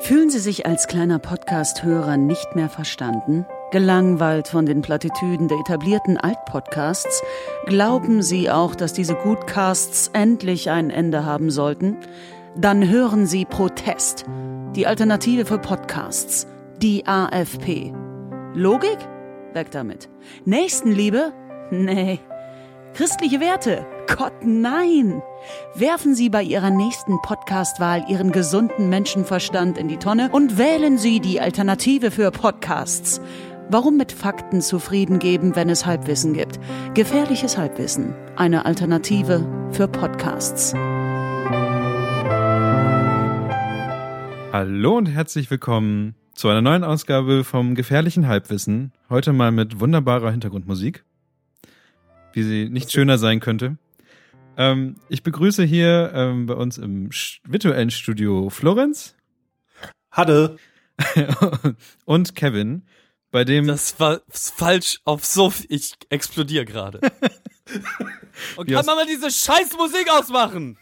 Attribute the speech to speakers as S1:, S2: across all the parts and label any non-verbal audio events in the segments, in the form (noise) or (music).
S1: Fühlen Sie sich als kleiner Podcast-Hörer nicht mehr verstanden? Gelangweilt von den Plattitüden der etablierten Altpodcasts? Glauben Sie auch, dass diese Gutcasts endlich ein Ende haben sollten? Dann hören Sie Protest, die Alternative für Podcasts, die AFP. Logik? Weg damit. Nächstenliebe? Nee. Christliche Werte? Gott, nein! Werfen Sie bei Ihrer nächsten Podcast-Wahl Ihren gesunden Menschenverstand in die Tonne und wählen Sie die Alternative für Podcasts. Warum mit Fakten zufrieden geben, wenn es Halbwissen gibt? Gefährliches Halbwissen. Eine Alternative für Podcasts.
S2: Hallo und herzlich willkommen zu einer neuen Ausgabe vom gefährlichen Halbwissen. Heute mal mit wunderbarer Hintergrundmusik, wie sie nicht schöner sein könnte. Ähm, ich begrüße hier ähm, bei uns im sch- virtuellen Studio Florenz (laughs)
S3: Hatte.
S2: und Kevin, bei dem
S4: Das war f- falsch auf so viel. Ich explodiere (laughs) gerade. Und
S2: Wie
S4: kann
S2: hast-
S4: man mal diese scheiß Musik ausmachen?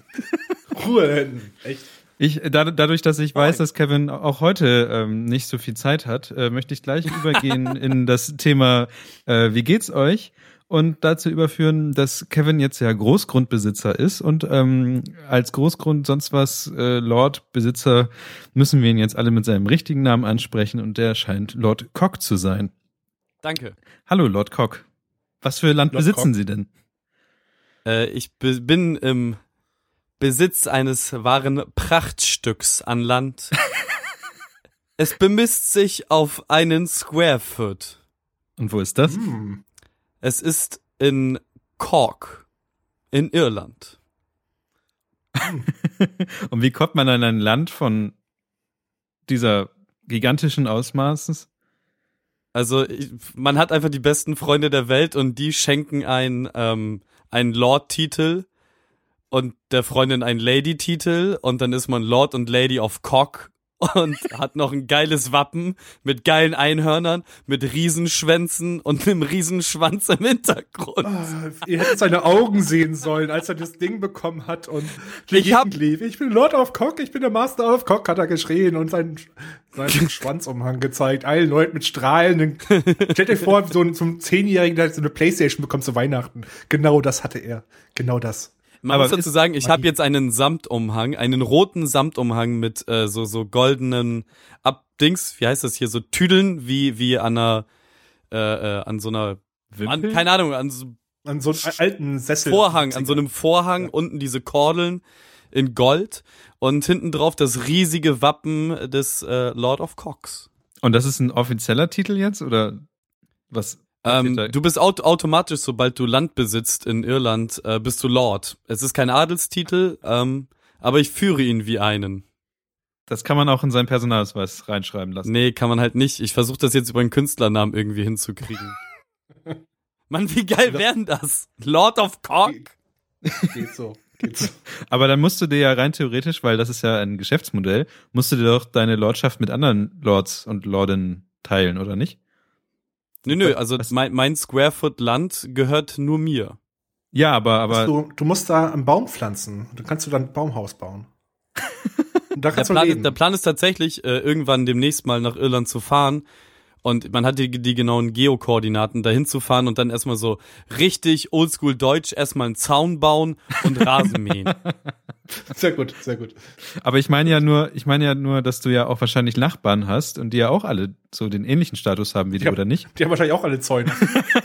S3: Ruhe da hinten. Echt?
S2: ich da, dadurch, dass ich weiß, dass Kevin auch heute ähm, nicht so viel Zeit hat, äh, möchte ich gleich
S3: (laughs)
S2: übergehen in das Thema äh, Wie geht's euch? Und dazu überführen, dass Kevin jetzt ja Großgrundbesitzer ist und ähm, als Großgrund sonst was äh, Lord-Besitzer müssen wir ihn jetzt alle mit seinem richtigen Namen ansprechen und der scheint Lord Cock zu sein.
S4: Danke.
S2: Hallo Lord Cock. Was für Land
S3: Lord
S2: besitzen
S3: Cock.
S2: Sie denn?
S4: Äh, ich be- bin im Besitz eines wahren Prachtstücks an (laughs) Land. es bemisst sich auf einen Square Foot.
S2: Und wo ist das?
S3: Hm.
S4: Es ist in Cork in Irland.
S2: Und wie kommt man an ein Land von dieser gigantischen Ausmaßes?
S4: Also ich, man hat einfach die besten Freunde der Welt und die schenken einen, ähm, einen Lord-Titel und der Freundin einen Lady-Titel und dann ist man Lord und Lady of Cock (laughs) und hat noch ein geiles Wappen mit geilen Einhörnern, mit Riesenschwänzen und einem Riesenschwanz im Hintergrund.
S3: Ah, Ihr hättet seine Augen sehen sollen, als er das Ding bekommen hat und
S4: Ich
S3: gegen
S4: hab-
S3: lief. Ich bin Lord of Cock, ich bin der Master of Cock, hat er geschrien und seinen,
S4: (laughs)
S3: seinen Schwanzumhang gezeigt. Allen Leuten mit strahlenden. Stellt euch vor, so ein, so ein Zehnjährigen, der so eine Playstation bekommt zu Weihnachten. Genau das hatte er. Genau das.
S4: Man
S2: Aber
S4: muss dazu
S2: ist-
S4: sagen, ich habe jetzt einen Samtumhang, einen roten Samtumhang mit äh, so so goldenen Abdings, wie heißt das hier, so Tüdeln wie wie an einer äh, äh, an so einer an,
S2: Wimpel?
S4: keine Ahnung, an so
S3: An so einem alten Sessel.
S4: Vorhang, an so einem Vorhang, unten diese Kordeln in Gold und hinten drauf das riesige Wappen des äh, Lord of Cox.
S2: Und das ist ein offizieller Titel jetzt oder was?
S4: Ähm,
S2: passiert da?
S4: du bist aut automatisch, sobald du Land besitzt in Irland, äh, bist du Lord. Es ist kein Adelstitel, ähm, aber ich führe ihn wie einen.
S2: das kann man auch in seinen Personalausweis reinschreiben lassen.
S4: Nee, kann man halt nicht. Ich versuche das jetzt über einen Künstlernamen irgendwie hinzukriegen. Mann, wie geil wären das? Lord of Cock?
S3: Geht so. Geht
S4: (laughs)
S3: so.
S2: Aber dann musst du dir ja rein theoretisch, weil das ist ja ein Geschäftsmodell, musst du dir doch deine Lordschaft mit anderen Lords und Lordinnen teilen, oder nicht?
S4: Nö, nö, also
S2: Was-
S4: mein, mein Squarefoot-Land gehört nur mir.
S2: Ja, aber, aber
S3: du, du musst da einen Baum pflanzen. Dann kannst du dann ein Baumhaus bauen. Und da
S4: Der
S3: kannst du
S4: Plan,
S3: leben.
S4: ist, der Plan ist tatsächlich, äh, irgendwann demnächst mal nach Irland zu fahren. Und man hat die, die genauen Geokoordinaten dahin zu fahren und dann erstmal so richtig oldschool Deutsch erstmal einen Zaun bauen und
S2: (laughs)
S4: Rasen mähen.
S3: Sehr gut, sehr gut.
S2: Aber ich meine ja nur, ich meine ja nur, dass du ja auch wahrscheinlich Nachbarn hast und die ja auch alle so den ähnlichen Status haben wie du,
S3: Ja.
S2: oder nicht?
S3: Die haben wahrscheinlich auch alle Zäune. (laughs)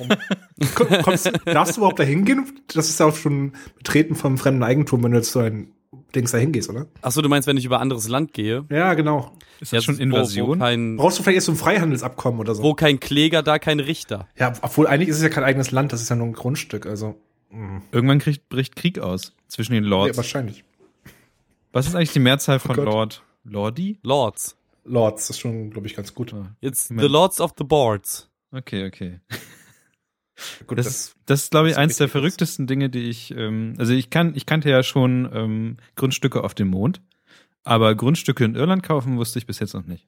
S3: Komm, kommst, darfst du überhaupt da hingehen? Das ist ja auch schon Betreten vom fremden Eigentum, wenn du jetzt so ein Dings da hingehst, oder?
S4: Achso, du meinst, wenn ich über anderes Land gehe?
S3: Ja, genau.
S2: Ist das schon
S4: Wo, wo,
S2: Invasion?
S4: kein,
S3: Brauchst du vielleicht erst so ein Freihandelsabkommen oder so?
S4: wo kein Kläger, da kein Richter.
S3: Ja, obwohl eigentlich ist es ja kein eigenes Land, das ist ja nur ein Grundstück, also. mh.
S2: Irgendwann kriegt, bricht Krieg aus zwischen den
S3: Ja,
S2: Lords.
S3: wahrscheinlich.
S2: Was ist eigentlich die Mehrzahl von
S3: Gott.
S2: Lord? Lordi?
S4: Lords.
S3: Lords, das ist schon, glaube ich, ganz gut.
S2: Ah,
S4: Jetzt
S2: Moment.
S4: the Lords of the Boards.
S2: Okay, okay.
S3: gut
S2: Das, das, ist, glaube ich,
S3: das
S2: eins der
S3: kriegt was.
S2: verrücktesten Dinge, die ich. Ähm, also ich kann, ich kannte ja schon ähm, Grundstücke auf dem Mond, aber Grundstücke in Irland kaufen wusste ich bis jetzt noch nicht.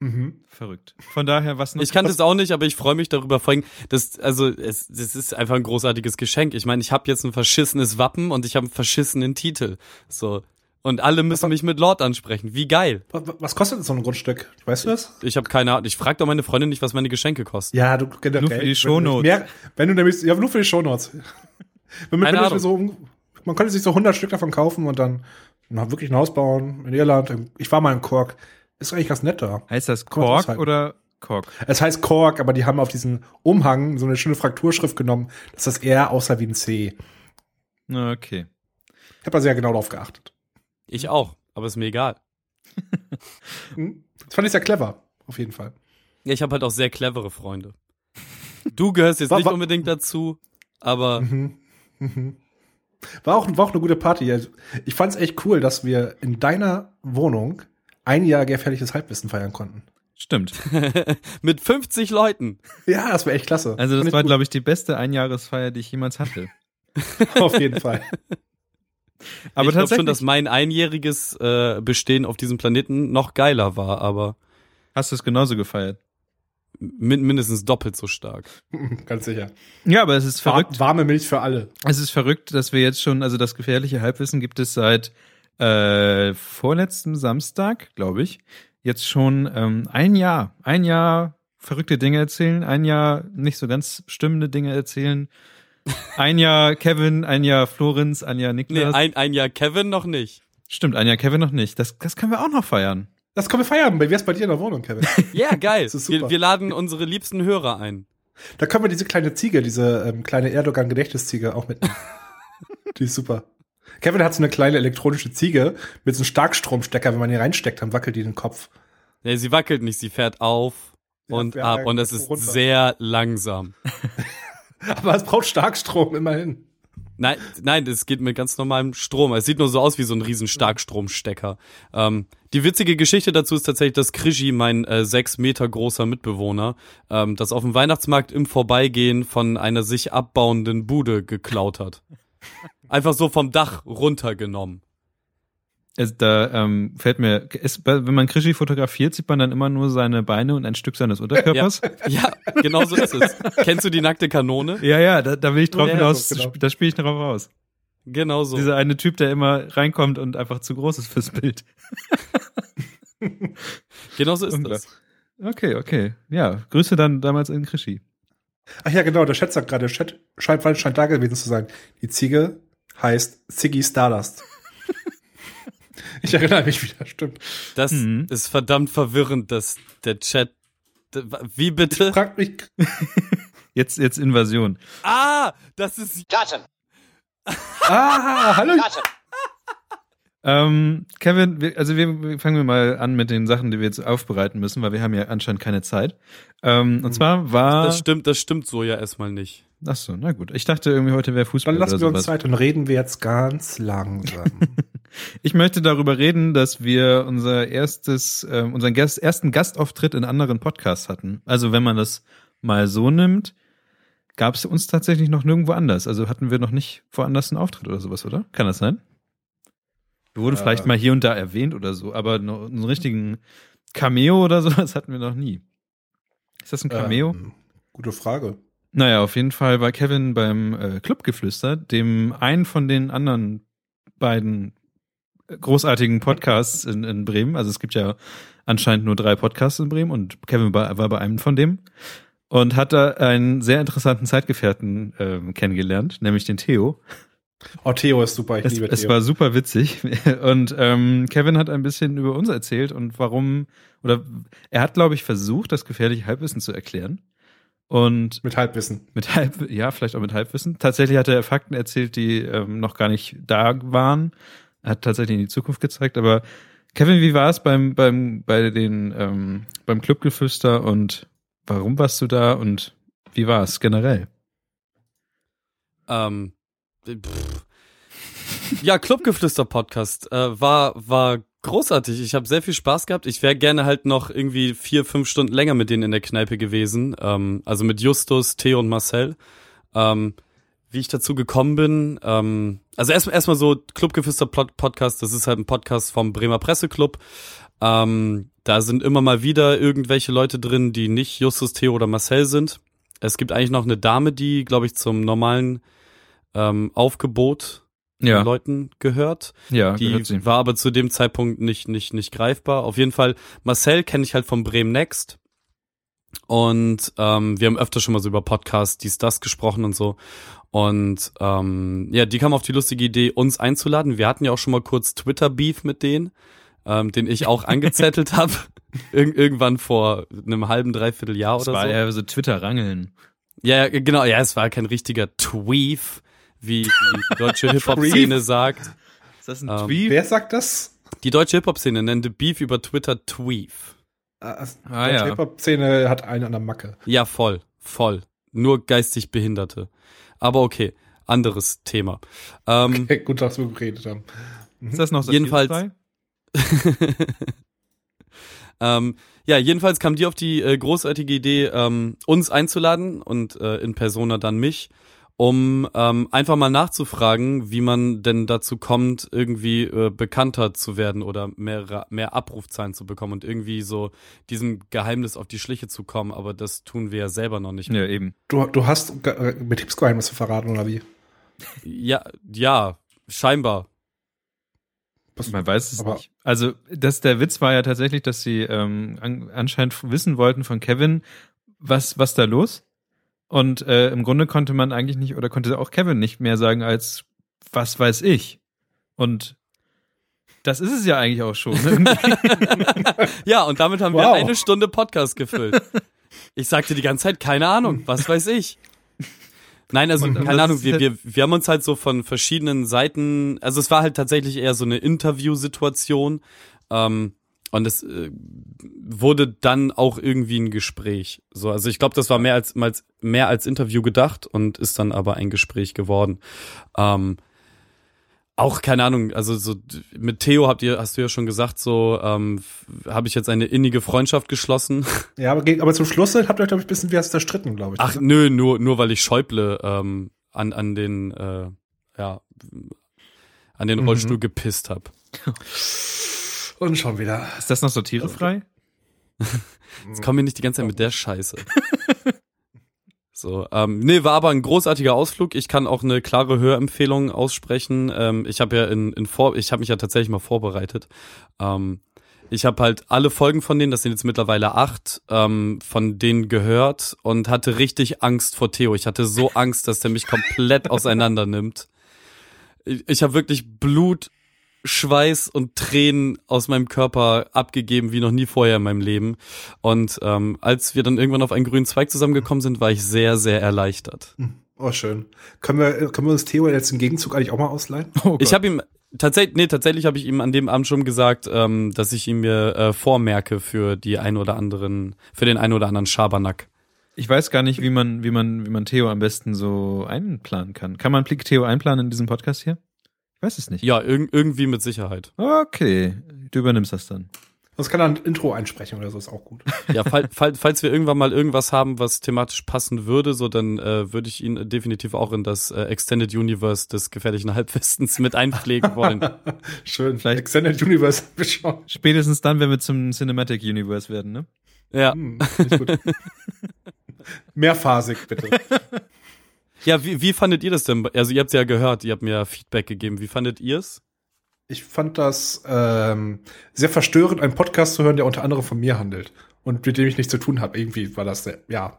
S3: mhm.
S2: Verrückt. Von daher, was noch?
S4: Ich kannte es auch nicht, aber ich freue mich darüber. Vor allem, das, also, es, das ist einfach ein großartiges Geschenk. Ich meine, ich habe jetzt ein verschissenes Wappen und ich habe einen verschissenen Titel. So. Und alle müssen mich mit Lord ansprechen. Wie geil.
S3: Was, was kostet denn so ein Grundstück? Weißt du das?
S4: Ich habe keine Ahnung. Ich frage doch meine Freundin nicht, was meine Geschenke kosten.
S3: Ja, du generell.
S2: Nur für die
S3: wenn-
S2: Shownotes.
S3: Mehr, wenn du nämlich, ja, nur für die Shownotes. (laughs) Wenn man,
S4: Keine
S3: könnte
S4: Ahnung.
S3: so, um- man könnte sich so 100 Stück davon kaufen und dann na, wirklich ein Haus bauen in Irland. Ich war mal in Cork. Ist eigentlich ganz nett da.
S2: Heißt das
S3: Kurz
S2: Kork
S3: aushalten.
S2: oder Kork?
S3: Es heißt Cork, aber die haben auf diesen Umhang so eine schöne Frakturschrift genommen, dass das R aussah wie ein C.
S2: Na, Okay.
S3: Ich habe da sehr genau drauf geachtet.
S4: Ich auch. Aber ist mir egal.
S3: Hm? Das fand ich sehr clever, auf jeden Fall.
S4: Ja, ich habe halt auch sehr
S3: (laughs)
S4: clevere Freunde. Du gehörst jetzt
S3: Wa-
S4: nicht
S3: wa-
S4: unbedingt dazu, aber
S3: Mhm. Mhm. War auch, war auch eine gute Party. Also, Ich fand es echt cool, dass wir in deiner Wohnung ein Jahr gefährliches Halbwissen feiern konnten. (laughs)
S2: Stimmt.
S4: mit 50 Leuten.
S3: Ja, das war echt klasse.
S2: Also das war,
S3: Fand
S2: glaube ich, die beste Einjahresfeier, die ich jemals
S4: (laughs)
S2: hatte.
S3: ich gut. auf jeden Fall.
S2: Aber
S4: ich glaub
S2: tatsächlich,
S4: schon, dass mein einjähriges äh, Bestehen auf diesem Planeten noch geiler war, aber
S2: hast du es genauso gefeiert.
S4: min mindestens doppelt so stark.
S3: (laughs) Ganz sicher.
S2: Ja, aber es ist verrückt.
S3: War- Warme Milch für alle.
S2: Es ist verrückt, dass wir jetzt schon, also das gefährliche Halbwissen gibt es seit äh, vorletztem Samstag, glaube ich, jetzt schon ähm, ein Jahr. Ein Jahr verrückte Dinge erzählen, ein Jahr nicht so ganz stimmende Dinge erzählen. Ein Jahr Kevin, ein Jahr Florenz, ein Jahr
S4: Nee,
S2: Niklas.
S4: ein, ein Jahr Kevin noch nicht.
S2: Stimmt, ein Jahr Kevin noch nicht. Das, das können wir auch noch feiern.
S3: Das können wir feiern. Wie wär's bei dir in der Wohnung, (laughs) Kevin?
S4: Ja, geil.
S3: Das ist
S4: wir,
S3: super.
S4: wir laden unsere liebsten Hörer ein.
S3: Da können wir diese kleine Ziege, diese ähm, kleine Erdogan-Gedächtnisziege auch mitnehmen. (laughs) Die ist super. Kevin hat so eine kleine elektronische Ziege mit so einem Starkstromstecker. Wenn man die reinsteckt, dann wackelt die den Kopf.
S4: Nee, sie wackelt nicht, sie fährt auf und
S3: fährt
S4: ab
S3: ein-
S4: und das ist
S3: runter.
S4: sehr langsam.
S3: (laughs) Aber es braucht Starkstrom immerhin.
S4: Nein, nein, es geht mit ganz normalem Strom. Es sieht nur so aus wie so ein riesen Starkstromstecker. Ähm, die witzige Geschichte dazu ist tatsächlich, dass Krischi, mein äh, sechs Meter großer Mitbewohner, ähm, das auf dem Weihnachtsmarkt im Vorbeigehen von einer sich abbauenden Bude geklaut hat. Einfach so vom Dach runtergenommen.
S2: Also da ähm, fällt mir, ist, wenn man Krischi fotografiert, sieht man dann immer nur seine Beine und ein Stück seines Unterkörpers.
S4: Ja, genau so ist es. Kennst du die nackte Kanone?
S2: Ja, ja, da, da will ich drauf
S3: Ja, ja,
S2: hinaus,
S3: so, genau.
S2: da spiele ich drauf raus.
S4: Genau so.
S2: Dieser eine Typ, der immer reinkommt und einfach zu groß ist fürs Bild.
S4: Genau so ist
S2: Unklar.
S4: das.
S2: Okay, okay. Ja, Grüße dann damals in Krischi.
S3: Ach ja, genau, der Chat sagt gerade, der Chat scheint, weil- scheint da gewesen zu sein. Die Ziege heißt Ziggy (laughs) Stardust. ich erinnere mich wieder, stimmt.
S4: Das
S2: Mhm.
S4: ist verdammt verwirrend, dass der Chat. Wie bitte?
S3: Fragt (laughs) mich,
S2: Jetzt, jetzt Invasion.
S4: Ah, das ist
S5: Daten,
S3: ah, hallo.
S5: Daten.
S2: Ähm, Kevin, wir, also wir wir fangen wir mal an mit den Sachen, die wir jetzt aufbereiten müssen, weil wir haben ja anscheinend keine Zeit. Ähm,
S3: Hm.
S2: und zwar war.
S4: Das stimmt, das stimmt so ja erstmal nicht.
S2: Ach so, na gut. Ich dachte irgendwie heute wäre Fußball
S3: Dann lassen
S2: oder
S3: wir uns
S2: sowas.
S3: Zeit und reden wir jetzt ganz langsam.
S2: Ich möchte darüber reden, dass wir unser erstes, äh, unseren Gast, ersten Gastauftritt in anderen Podcasts hatten. Also wenn man das mal so nimmt, gab es uns tatsächlich noch nirgendwo anders. Also hatten wir noch nicht woanders einen Auftritt oder sowas, oder? Kann das sein? Wir wurden
S3: Äh.
S2: vielleicht mal hier und da erwähnt oder so, aber noch einen richtigen Cameo oder (laughs) sowas hatten wir noch nie. Ist das ein (laughs) Cameo?
S3: Ähm, gute Frage.
S2: Naja, auf jeden Fall war Kevin beim äh, Clubgeflüster, dem einen von den anderen beiden äh, großartigen Podcasts in, in Bremen. Also es gibt ja anscheinend nur drei Podcasts in Bremen und Kevin war, war bei einem von dem und hat da einen sehr interessanten Zeitgefährten ähm, kennengelernt, nämlich den Theo.
S3: Oh, Theo ist super, ich
S2: Es,
S3: liebe
S2: es
S3: Theo.
S2: war super witzig. (laughs) Und ähm, Kevin hat ein bisschen über uns erzählt und warum, oder er hat, glaube ich, versucht, das gefährliche Halbwissen zu erklären. Und
S3: Mit Halbwissen.
S2: mit halb, ja, vielleicht auch mit Halbwissen. Tatsächlich hat er Fakten erzählt, die ähm, noch gar nicht da waren. Er Hat tatsächlich in die Zukunft gezeigt. Aber Kevin, wie war es beim, beim, bei den, ähm, beim Clubgeflüster und warum warst du da und wie war es generell?
S4: Ähm, pff. ja, Clubgeflüster-Podcast äh, war, war großartig. Ich habe sehr viel Spaß gehabt. Ich wäre gerne halt noch irgendwie vier, fünf Stunden länger mit denen in der Kneipe gewesen. Ähm, also mit Justus, Theo und Marcel. Ähm, wie ich dazu gekommen bin. Ähm, also erstmal erstmal so Clubgeflüster-Podcast, das ist halt ein Podcast vom Bremer Presseclub. Ähm, da sind immer mal wieder irgendwelche Leute drin, die nicht Justus, Theo oder Marcel sind. Es gibt eigentlich noch eine Dame, die, glaube ich, zum normalen ähm, Aufgebot
S2: Ja.
S4: Leuten gehört.
S2: Ja,
S4: Die
S2: gehört sie.
S4: war aber zu dem Zeitpunkt nicht, nicht, nicht greifbar. Auf jeden Fall, Marcel kenne ich halt vom Bremen Next. Und ähm, wir haben öfter schon mal so über Podcasts, dies, das gesprochen und so. Und ähm, ja, die kamen auf die lustige Idee, uns einzuladen. Wir hatten ja auch schon mal kurz Twitter-Beef mit denen, ähm, den
S2: (laughs)
S4: ich auch angezettelt habe. Irg irgendwann vor einem halben, dreiviertel Jahr
S2: Das
S4: oder
S2: war
S4: so.
S2: eher so Twitter-Rangeln.
S4: Ja, ja, genau, ja, es war kein richtiger Tweef, wie die deutsche Hip-Hop-Szene sagt.
S2: Ist das ein
S4: Ähm,
S2: Tweet?
S3: Wer sagt das?
S4: Die deutsche Hip-Hop-Szene nennt Beef über Twitter Tweef.
S3: Ah,
S2: Ah,
S3: die
S2: ja.
S3: Hip-Hop-Szene hat einen an der Macke.
S4: Ja, voll, voll. Nur geistig Behinderte. Aber okay, anderes Thema. Ähm,
S3: Gut, dass wir geredet haben.
S2: Ist das noch so
S4: Jedenfalls- ähm, ja, jedenfalls kam die auf die äh, großartige Idee, ähm, uns einzuladen und äh, in Persona dann mich, um ähm, einfach mal nachzufragen, wie man denn dazu kommt, irgendwie äh, bekannter zu werden oder mehr, Ra- mehr Abrufzahlen zu bekommen und irgendwie so diesem Geheimnis auf die Schliche zu kommen. Aber das tun wir ja selber noch nicht.
S2: Ja, eben.
S3: Du, du hast ge- äh, Betriebsgeheimnisse verraten, oder wie?
S4: Ja, ja, scheinbar.
S3: Was-
S2: Man weiß es
S3: aber-
S2: nicht. Also das, der Witz war ja tatsächlich, dass sie ähm, an, anscheinend wissen wollten von Kevin, was, was da los? Und äh, im Grunde konnte man eigentlich nicht, oder konnte auch Kevin nicht mehr sagen als, was weiß ich? Und das ist es ja eigentlich auch schon. Ne?
S4: Ja, und damit haben wir
S3: Wow.
S4: eine Stunde Podcast gefüllt. Ich sagte die ganze Zeit, keine Ahnung, was weiß ich. Nein, also
S2: das
S4: keine Ahnung,
S2: ist
S4: wir,
S2: halt-
S4: wir, wir haben uns halt so von verschiedenen Seiten, also es war halt tatsächlich eher so eine Interviewsituation ähm, und es äh, wurde dann auch irgendwie ein Gespräch. So, also ich glaube, das war mehr als, als mehr als Interview gedacht und ist dann aber ein Gespräch geworden. Ähm, auch keine Ahnung, also so d- mit Theo habt ihr, hast du ja schon gesagt, so ähm, f- habe ich jetzt eine innige Freundschaft geschlossen.
S3: Ja, aber, gegen- aber zum Schluss habt ihr euch, glaube ich, ein bisschen wie zerstritten, glaube ich.
S4: Ach nö, nur nur weil ich Schäuble ähm, an an den äh, ja an den Rollstuhl gepisst habe.
S3: Und schon wieder.
S2: ist das noch sortierefrei?
S4: Jetzt komm mir nicht die ganze Zeit mit der Scheiße. So, ähm, nee, war aber ein großartiger Ausflug. Ich kann auch eine klare Hörempfehlung aussprechen. Ähm, ich habe ja in, in vor, ich habe mich ja tatsächlich mal vorbereitet. Ähm, ich habe halt alle Folgen von denen, das sind jetzt mittlerweile acht, ähm, von denen gehört und hatte richtig Angst vor Theo. Ich hatte so Angst, dass der mich komplett auseinander nimmt. Ich, ich habe wirklich Blut, Schweiß und Tränen aus meinem Körper abgegeben wie noch nie vorher in meinem Leben. Und ähm, als wir dann irgendwann auf einen grünen Zweig zusammengekommen sind, war ich sehr, sehr erleichtert.
S3: Oh, schön. Können wir, äh, können wir uns Theo jetzt im Gegenzug eigentlich auch
S2: (laughs)
S3: mal ausleihen?
S2: Oh Gott.
S4: Ich habe ihm tatsächlich, nee, tatsächlich habe ich ihm an dem Abend schon gesagt, ähm, dass ich ihn mir äh, vormerke für die ein oder anderen, für den ein oder anderen Schabernack.
S2: Ich weiß gar nicht, wie man, wie man, wie man Theo am besten so einplanen kann. Kann man Plik Theo einplanen in diesem Podcast hier? Ich weiß es nicht.
S4: Ja, irg irgendwie mit Sicherheit.
S2: Okay, du übernimmst das dann.
S3: Sonst kann er ein Intro einsprechen oder so, ist auch gut.
S2: (laughs)
S4: Ja, fall, fall, falls wir irgendwann mal irgendwas haben, was thematisch passen würde, so dann äh, würde ich ihn definitiv auch in das äh, Extended Universe des gefährlichen Halbwissens mit einpflegen wollen.
S2: (laughs)
S3: Schön.
S2: Vielleicht-
S3: Extended Universe (laughs) beschauen.
S2: Spätestens dann, wenn wir zum Cinematic Universe werden, ne?
S4: Ja.
S3: Hm, finde ich gut. (laughs) Mehrphasig, bitte.
S4: Ja, wie, wie fandet ihr das denn? Also ihr habt ja gehört, ihr habt mir Feedback gegeben. Wie fandet ihr's?
S3: Ich fand das ähm, sehr verstörend, einen Podcast zu hören, der unter anderem von mir handelt und mit dem ich nichts zu tun habe. Irgendwie war das sehr, ja.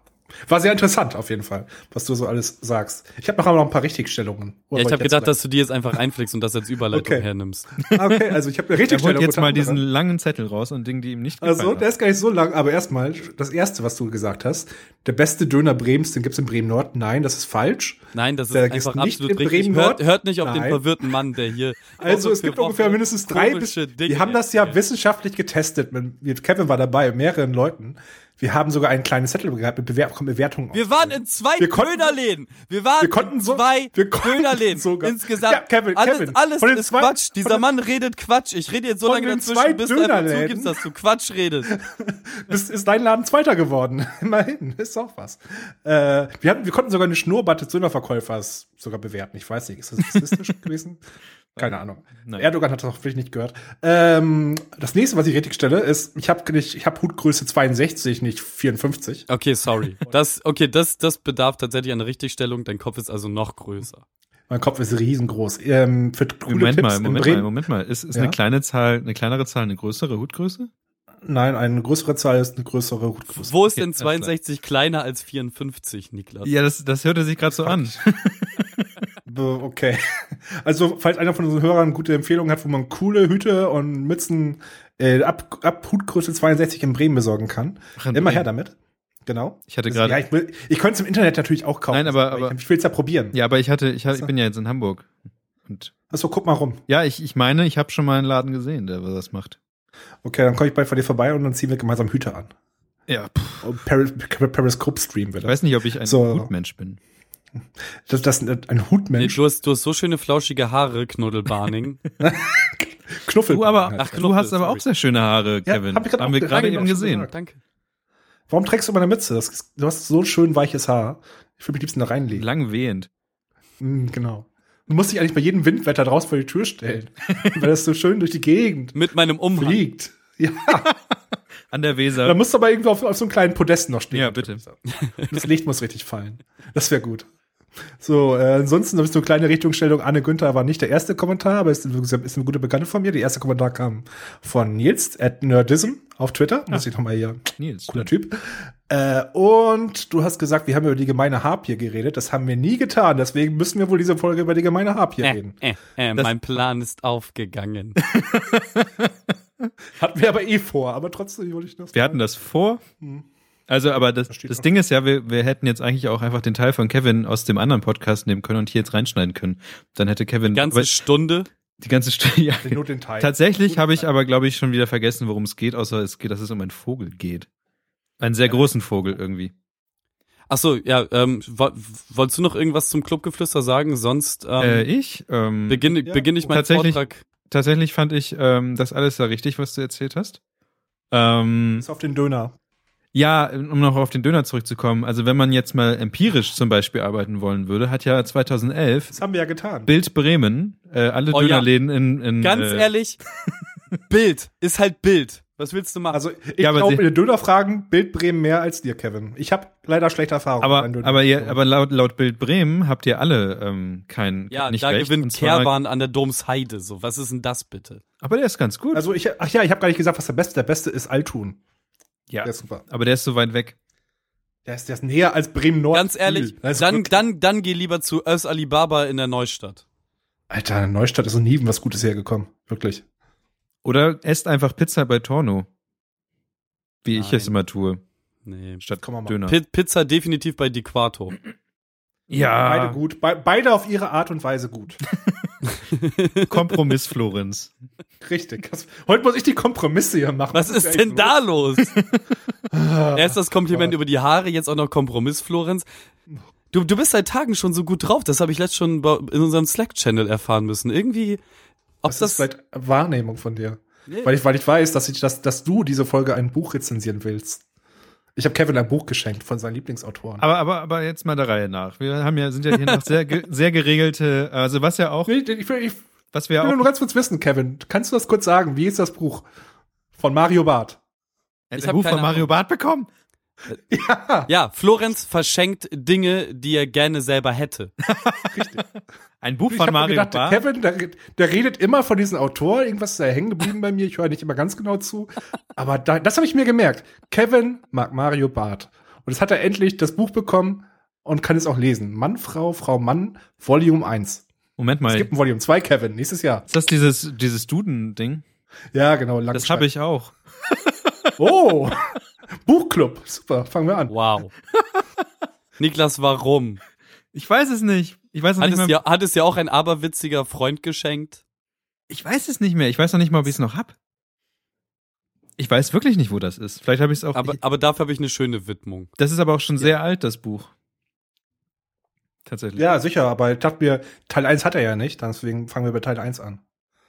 S3: War sehr interessant auf jeden Fall, was du so alles sagst. Ich habe nachher noch ein paar Richtigstellungen. Oder
S4: Ja,
S3: wollt
S4: ich habe
S3: ihr jetzt
S4: gedacht, dass du die jetzt einfach einfliegst und das als Überleitung
S3: Okay.
S4: hernimmst.
S3: gleich- Ah, (laughs) Okay, also ich habe eine
S2: Er holt
S3: Richtigstellung.
S2: jetzt
S3: unter
S2: mal
S3: anderem.
S2: diesen langen Zettel raus und Ding, die ihm nicht gefallen
S3: Also,
S2: also,
S3: der ist gar nicht ne? so lang, aber erstmal, das erste, was du gesagt hast, der beste Döner Bremens, den gibt's in Bremen Nord. Nein, das ist falsch.
S4: Nein, das ist
S3: (laughs) Da gehst
S4: einfach
S3: du nicht
S4: absolut
S3: in
S4: richtig.
S3: Bremen-Nord?
S4: Hört, hört nicht auf den
S3: Nein.
S4: verwirrten Mann, der hier.
S3: (laughs) Also
S4: Woche
S3: es
S4: für
S3: gibt
S4: Woche
S3: ungefähr mindestens drei. Bis,
S4: komische Dinge
S3: wir haben das ja
S4: erzählt.
S3: wissenschaftlich getestet. Mit, mit Kevin war dabei, mehreren Leuten. Wir haben sogar einen kleinen Zettel gehabt mit Bewer von Bewertungen.
S4: Wir waren in zwei
S3: Wir konnten-
S4: Dönerläden. Wir waren
S3: wir konnten so-
S4: in zwei
S3: wir konnten
S4: Dönerläden.
S3: sogar-
S4: Insgesamt.
S3: Ja, Kevin,
S4: alles
S3: Kevin,
S4: alles
S3: von den
S4: ist
S3: zwei-
S4: Quatsch.
S3: von
S4: Dieser
S3: den-
S4: Mann redet Quatsch. Ich rede jetzt so
S3: Von
S4: lange
S3: den
S4: dazwischen,
S3: zwei
S4: bis du einfach
S3: Dönerläden.
S4: zugibst, dass du Quatsch redest.
S3: (laughs) Ist, ist dein Laden Zweiter geworden. (laughs) Immerhin, ist auch was. Äh, wir, hatten, wir konnten sogar eine Schnurrbart des Dönerverkäufers sogar bewerten. Ich weiß nicht, ist das rassistisch (laughs) gewesen? Keine Ahnung.
S2: Nein.
S3: Erdogan hat das auch vielleicht nicht gehört. Ähm, das nächste, was ich richtig stelle, ist, ich habe ich hab Hutgröße 62, nicht 54. (laughs)
S4: Okay, sorry. Das, okay, das, das bedarf tatsächlich einer Richtigstellung. Dein Kopf ist also noch größer.
S3: Mein Kopf ist riesengroß. Ähm, für coole
S2: Moment
S3: Tipps
S2: mal,
S3: in
S2: Moment
S3: Bremen-
S2: mal, Moment mal. Ist, ist
S3: Ja?
S2: eine kleine Zahl, eine kleinere Zahl, eine größere Hutgröße?
S3: Nein, eine größere Zahl ist eine größere Hutgröße.
S4: Wo ist denn
S2: alles klar.
S4: 62 kleiner als 54, Niklas?
S2: Ja, das, das hörte sich gerade so
S3: (laughs)
S2: an.
S3: Buh, Okay. (laughs) Also, falls einer von unseren Hörern gute Empfehlungen hat, wo man coole Hüte und Mützen äh, ab, ab Hutgröße 62 in Bremen besorgen kann,
S2: Ach, in
S3: immer her
S2: Bremen.
S3: damit. Genau.
S2: Ich hatte
S3: Das-
S2: gerade-
S3: Ja, ich, will- ich könnte es im Internet natürlich auch kaufen.
S2: Nein, aber- aber-
S3: ich, ich will es ja probieren.
S2: Ja, aber ich hatte, ich, hatte, ich
S3: So.
S2: bin ja jetzt in Hamburg. Und
S3: Achso, guck mal rum.
S2: ja, ich, ich meine, ich habe schon mal einen Laden gesehen, der das macht.
S3: Okay, dann komme ich bald vor dir vorbei und dann ziehen wir gemeinsam Hüte an.
S2: Ja, pff,
S3: Und Paris, Periscope Stream wird
S2: ich
S3: das.
S2: weiß nicht, ob ich ein
S3: So.
S2: Hutmensch bin.
S3: Das, das ist ein
S4: Nee,
S3: Hutmensch.
S4: du, hast, du hast so schöne flauschige Haare, Knuddelbarning.
S3: Knuffel.
S2: Du aber,
S4: Ach,
S2: du hast aber auch
S4: sorry.
S2: sehr schöne Haare,
S3: Ja,
S2: Kevin.
S3: hab ich grad
S2: Haben
S3: auch
S2: wir
S3: gesagt,
S2: gerade
S3: hab ich
S2: eben
S3: auch
S2: (laughs)
S3: schon
S2: gesehen.
S3: gesagt.
S4: Danke.
S3: Warum trägst du immer eine Mütze? Das, ist- du hast so schön weiches Haar. Ich würde mich liebsten da reinlegen.
S2: Lang wehend.
S3: Mm, genau. Du musst dich eigentlich bei jedem Windwetter draußen vor die Tür stellen, weil das so schön durch die Gegend
S4: Mit meinem Umhang.
S3: fliegt. Ja,
S2: An der
S3: da
S2: Weser.
S3: musst du aber irgendwo auf, auf so einem kleinen Podest noch stehen.
S2: Ja, bitte.
S3: Und Das Licht muss richtig fallen. Das wäre gut. So, äh, ansonsten habe ich so eine kleine Richtungsstellung. Anne Günther war nicht der erste Kommentar, aber ist, ist eine gute Bekannte von mir. Der erste Kommentar kam von Nils at Nerdism auf Twitter. Muss ich nochmal hier
S2: Nils.
S3: Cooler Typ. Äh, und du hast gesagt, wir haben über die gemeine Harpie geredet. Das haben wir nie getan. Deswegen müssen wir wohl diese Folge über die gemeine Harpie
S4: Äh,
S3: reden.
S4: äh, äh,
S2: Das-
S4: mein Plan
S2: (laughs)
S4: ist aufgegangen.
S3: Hatten wir aber eh vor, aber trotzdem wollte ich das.
S2: Wir hatten das vor.
S3: Hm.
S2: Also, aber das,
S3: steht
S2: das
S3: auch.
S2: Ding ist ja, wir, wir hätten jetzt eigentlich auch einfach den Teil von Kevin aus dem anderen Podcast nehmen können und hier jetzt reinschneiden können. Dann hätte Kevin
S4: Ganze
S2: aber
S4: Stunde.
S2: die ganze Stunde. (laughs) Ja.
S3: den Not den Teil.
S2: Tatsächlich habe ich aber, glaube ich, schon wieder vergessen, worum es geht, außer es geht, dass es um einen Vogel geht. Einen sehr großen Vogel irgendwie.
S4: Ach so, ja, ähm, wo- wolltest du noch irgendwas zum Clubgeflüster sagen? Sonst ähm,
S2: äh, ich? Ähm,
S4: beginne
S3: ja,
S4: beginne ich meinen
S2: tatsächlich-
S4: Vortrag.
S2: tatsächlich fand ich ähm, das alles sehr richtig, was du erzählt hast. Ähm,
S3: Bis auf den Döner.
S2: Ja, um noch auf den Döner zurückzukommen. Also wenn man jetzt mal empirisch zum Beispiel arbeiten wollen würde, hat ja 2011
S3: Das haben wir ja getan.
S2: Bild Bremen äh, alle
S4: Oh ja.
S2: Dönerläden in, in
S4: Ganz
S2: äh, (laughs)
S4: ehrlich, Bild ist halt Bild. Was willst du machen?
S3: Also, ich
S2: Ja, aber
S3: glaube,
S2: sie-
S3: in den Dönerfragen Bild Bremen mehr als dir, Kevin. Ich habe leider schlechte Erfahrungen.
S2: Aber
S3: mit meinen
S2: aber ihr,
S3: Dönerfragen.
S2: aber laut laut Bild Bremen habt ihr alle ähm, kein
S4: ja,
S2: nicht
S4: da
S2: recht. Und
S4: gewinnt
S2: zwar-
S4: Kerwan an der Domsheide. So, was ist denn das bitte?
S2: Aber der ist ganz gut.
S3: Also, ich, ach ja, ich habe gar nicht gesagt, was der Beste. Der Beste ist Altun.
S2: ja,
S3: Der ist super.
S2: aber der ist so weit weg.
S3: Der ist, der ist näher als Bremen Nord.
S4: Ganz ehrlich,
S3: Das ist
S4: dann,
S3: wirklich-
S4: dann, dann geh lieber zu Öz Alibaba in der Neustadt.
S3: Alter, Neustadt ist noch nie was Gutes hergekommen. Wirklich.
S2: Oder esst einfach Pizza bei Torno. Wie ich
S4: Nein.
S2: es immer tue,
S4: Nee.
S2: statt
S3: Komm mal.
S2: Döner.
S4: Pi- Pizza definitiv bei Di Quarto.
S3: Beide
S2: ja,
S3: gut. Be beide auf ihre Art und Weise gut.
S2: (laughs) Kompromiss Florenz.
S3: Richtig. Das, heute muss ich die Kompromisse hier machen. (laughs)
S4: Was ist denn da los? Erst das Kompliment über die Haare, jetzt auch noch Kompromiss, Florenz. Du, du bist seit Tagen schon so gut drauf. Das habe ich letztens schon bei- in unserem Slack-Channel erfahren müssen. Irgendwie, ob
S3: Das ist
S4: das,
S3: vielleicht Wahrnehmung von dir.
S4: Nee.
S3: Weil, ich, weil ich weiß, dass, ich, dass, dass du diese Folge ein Buch rezensieren willst. Ich habe Kevin ein Buch geschenkt von seinen Lieblingsautoren.
S2: Aber, aber, aber jetzt mal der Reihe nach. Wir haben ja, sind ja hier noch sehr,
S4: (laughs)
S2: ge sehr geregelte, also was ja auch,
S3: Nee, ich, ich, will- ich will
S2: was wir
S3: nur
S2: auch,
S3: ganz kurz wissen, Kevin. Kannst du das kurz sagen? Wie ist das Buch? Von Mario Barth.
S2: ein
S4: Ich hab
S2: Buch von
S4: keine
S2: Mario
S4: Ahnung.
S2: Barth bekommen.
S4: ja, Florenz verschenkt Dinge, die er gerne selber hätte.
S2: Ein Buch
S3: Ich
S2: von
S3: hab mir
S2: Mario
S3: gedacht, der
S2: Barth.
S3: Kevin, der, der redet immer von diesem Autor, irgendwas ist da hängen geblieben bei mir, ich höre nicht immer ganz genau zu. Aber da, das habe ich mir gemerkt. Kevin mag Mario Barth. Und jetzt hat er endlich das Buch bekommen und kann es auch lesen. Mann, Frau, Frau, Mann, Volume 1.
S2: Moment
S3: Es
S2: mal.
S3: gibt ein Volume 2, Kevin, nächstes Jahr.
S2: Ist das dieses, dieses Duden-Ding?
S3: Ja, genau, lang
S2: Das habe ich auch.
S3: Oh! (laughs) Buchclub. Super, fangen wir an.
S4: Wow. Niklas, warum?
S2: Ich weiß es nicht. Ich weiß noch
S4: Hat
S2: nicht
S4: es,
S2: mal,
S4: dir, hat es dir auch ein aberwitziger Freund geschenkt?
S2: ich weiß es nicht mehr. Ich weiß noch nicht mal, ob ich es noch hab. Ich weiß wirklich nicht, wo das ist. Vielleicht habe ich es auch,
S4: Aber,
S2: ich,
S4: aber dafür habe ich eine schöne Widmung.
S2: das ist aber auch schon sehr alt, das Buch. Tatsächlich.
S3: Ja, sicher, aber ich dachte mir, Teil 1 hat er ja nicht, deswegen fangen wir bei Teil 1 an.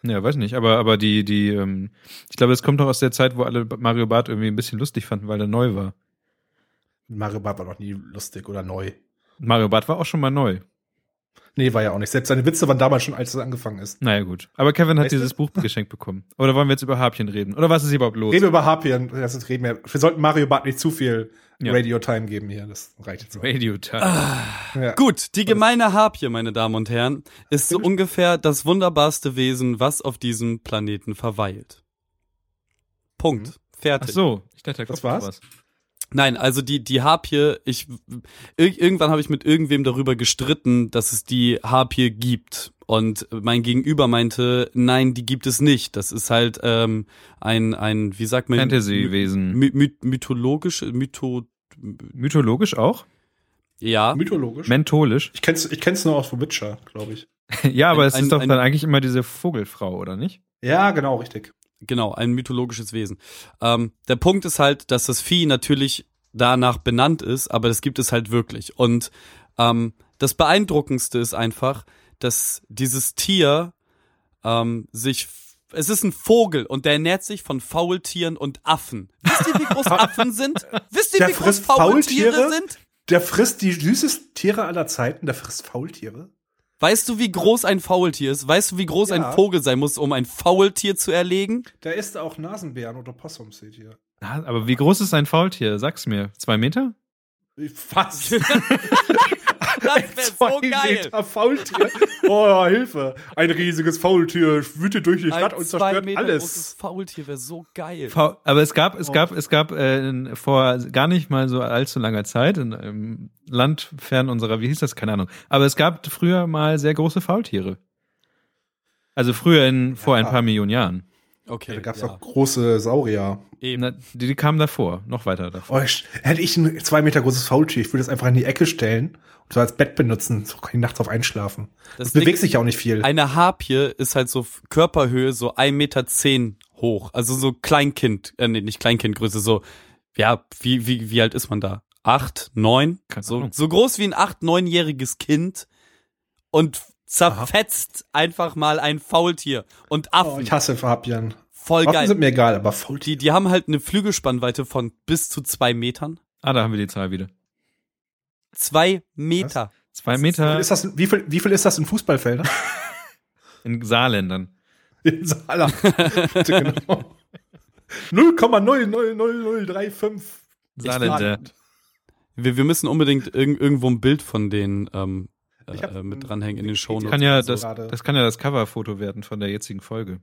S2: Ja, weiß nicht, aber, aber die, die, ähm, ich glaube, das kommt noch aus der Zeit, wo alle Mario Barth irgendwie ein bisschen lustig fanden, weil er neu war.
S3: Mario Barth war noch nie lustig oder neu.
S2: Mario Barth war auch schon mal neu.
S3: Nee, war ja auch nicht. Selbst seine Witze waren damals schon, als es angefangen ist.
S2: Naja, gut. Aber Kevin hat
S3: Weißt du?
S2: dieses (laughs) Buch geschenkt bekommen. Oder wollen wir jetzt über Harpchen reden? Oder was ist hier überhaupt los?
S3: Reden wir über Harpien, das ist reden wir. Wir sollten Mario Bart nicht zu viel
S2: Ja.
S3: Radio-Time geben hier. Das reicht jetzt mal.
S2: Radio Time.
S3: Ja.
S4: Gut, die gemeine Harpie, meine Damen und Herren, ist so ungefähr das wunderbarste Wesen, was auf diesem Planeten verweilt. Punkt.
S2: Mhm. Ach
S4: Fertig.
S2: so, ich dachte, da kommt
S3: Das
S2: noch
S3: war's?
S2: was.
S4: Nein, also die, die Harpie, ich, ir irgendwann habe ich mit irgendwem darüber gestritten, dass es die Harpie gibt. Und mein Gegenüber meinte, nein, die gibt es nicht. Das ist halt ähm, ein, ein, wie sagt man?
S2: Fantasy-Wesen.
S4: My my mythologisch, mytho,
S2: Mythologisch auch?
S4: ja.
S3: Mythologisch.
S2: Mentholisch? (laughs)
S3: Ich kenn's, ich kenn's nur aus The Witcher, glaube ich.
S2: ja, aber
S4: Ein-
S2: es ist
S4: ein-
S2: doch
S4: ein-
S2: dann eigentlich immer diese Vogelfrau, oder nicht?
S3: Ja, genau, richtig.
S4: Genau, ein mythologisches Wesen. Ähm, der Punkt ist halt, dass das Vieh natürlich danach benannt ist, aber das gibt es halt wirklich. Und ähm, das Beeindruckendste ist einfach, dass dieses Tier ähm, sich. f- Es ist ein Vogel und der ernährt sich von Faultieren und Affen. Wisst ihr, wie
S3: (laughs)
S4: groß Affen sind? Wisst ihr,
S3: Der
S4: wie groß
S3: frisst
S4: Faultiere
S3: Faultiere?
S4: sind?
S3: Der frisst die süßesten Tiere aller Zeiten, der frisst Faultiere.
S4: Weißt du, wie groß ein Faultier ist? Weißt du, wie groß ein
S3: Ja.
S4: Vogel sein muss, um ein Faultier
S3: (laughs)
S4: zu erlegen? (laughs)
S3: Der isst auch Nasenbären oder Possums, seht ihr.
S2: Na, aber wie groß ist ein Faultier? Sag's mir. Zwei Meter?
S3: Fast.
S4: Das wäre so
S3: Zwei
S4: Oh, geil.
S3: Meter Faultier. Oh, Hilfe. Ein riesiges Faultier wütet durch die Stadt
S4: Ein
S3: und
S4: zwei
S3: zerstört
S4: Meter großes
S3: alles.
S4: Faultier wäre so geil.
S2: Faul aber es gab,
S4: Oh.
S2: es gab, es gab äh, vor gar nicht mal so allzu langer Zeit in einem Land fern unserer, wie hieß das, keine Ahnung. Aber es gab früher mal sehr große Faultiere. Also früher in vor ein paar Millionen Jahren.
S4: Okay,
S3: Da gab's
S4: ja.
S3: auch große Saurier.
S4: Eben.
S2: Na, die, die kamen davor, noch weiter davor.
S3: Oh, ich, hätte ich ein zwei Meter großes Faultier, ich würde es einfach in die Ecke stellen und so als Bett benutzen. So kann ich nachts drauf einschlafen.
S4: Das
S3: Das, bewegt
S4: Ding-
S3: sich ja auch nicht viel.
S4: Eine Harpie ist halt so F- Körperhöhe so 1,10 Meter hoch. Also so Kleinkind, äh, nee, nicht Kleinkindgröße, so, ja, wie, wie, wie alt ist man da? Acht, neun?
S2: Keine
S4: So,
S2: Ahnung.
S4: so groß wie ein acht, neunjähriges Kind und zerfetzt einfach mal ein Faultier und
S3: Oh,
S4: Affen.
S3: ich hasse Fabian.
S4: Voll
S3: Waffen
S4: geil.
S3: sind mir egal, aber Faultier.
S4: Die, die haben halt eine Flügelspannweite von bis zu zwei Metern.
S2: Ah, da haben wir die Zahl wieder.
S4: Zwei Meter.
S2: Zwei
S3: Wie
S4: Äh.
S3: viel
S2: Meter
S3: ist das, wie, viel, wie viel ist das in Fußballfeldern?
S2: in Saarländern.
S3: in (laughs) Saarland. genau. 0,00035.
S2: Saarländer.
S4: Wir, wir müssen unbedingt irg irgendwo ein Bild von denen ähm,
S3: Ich hab
S4: äh,
S3: ein-
S4: mit dranhängen in den
S3: Ich
S2: Kann
S4: Shownotes.
S2: ja
S3: Also
S2: das,
S3: gerade-
S2: das kann ja das Coverfoto werden von der jetzigen Folge.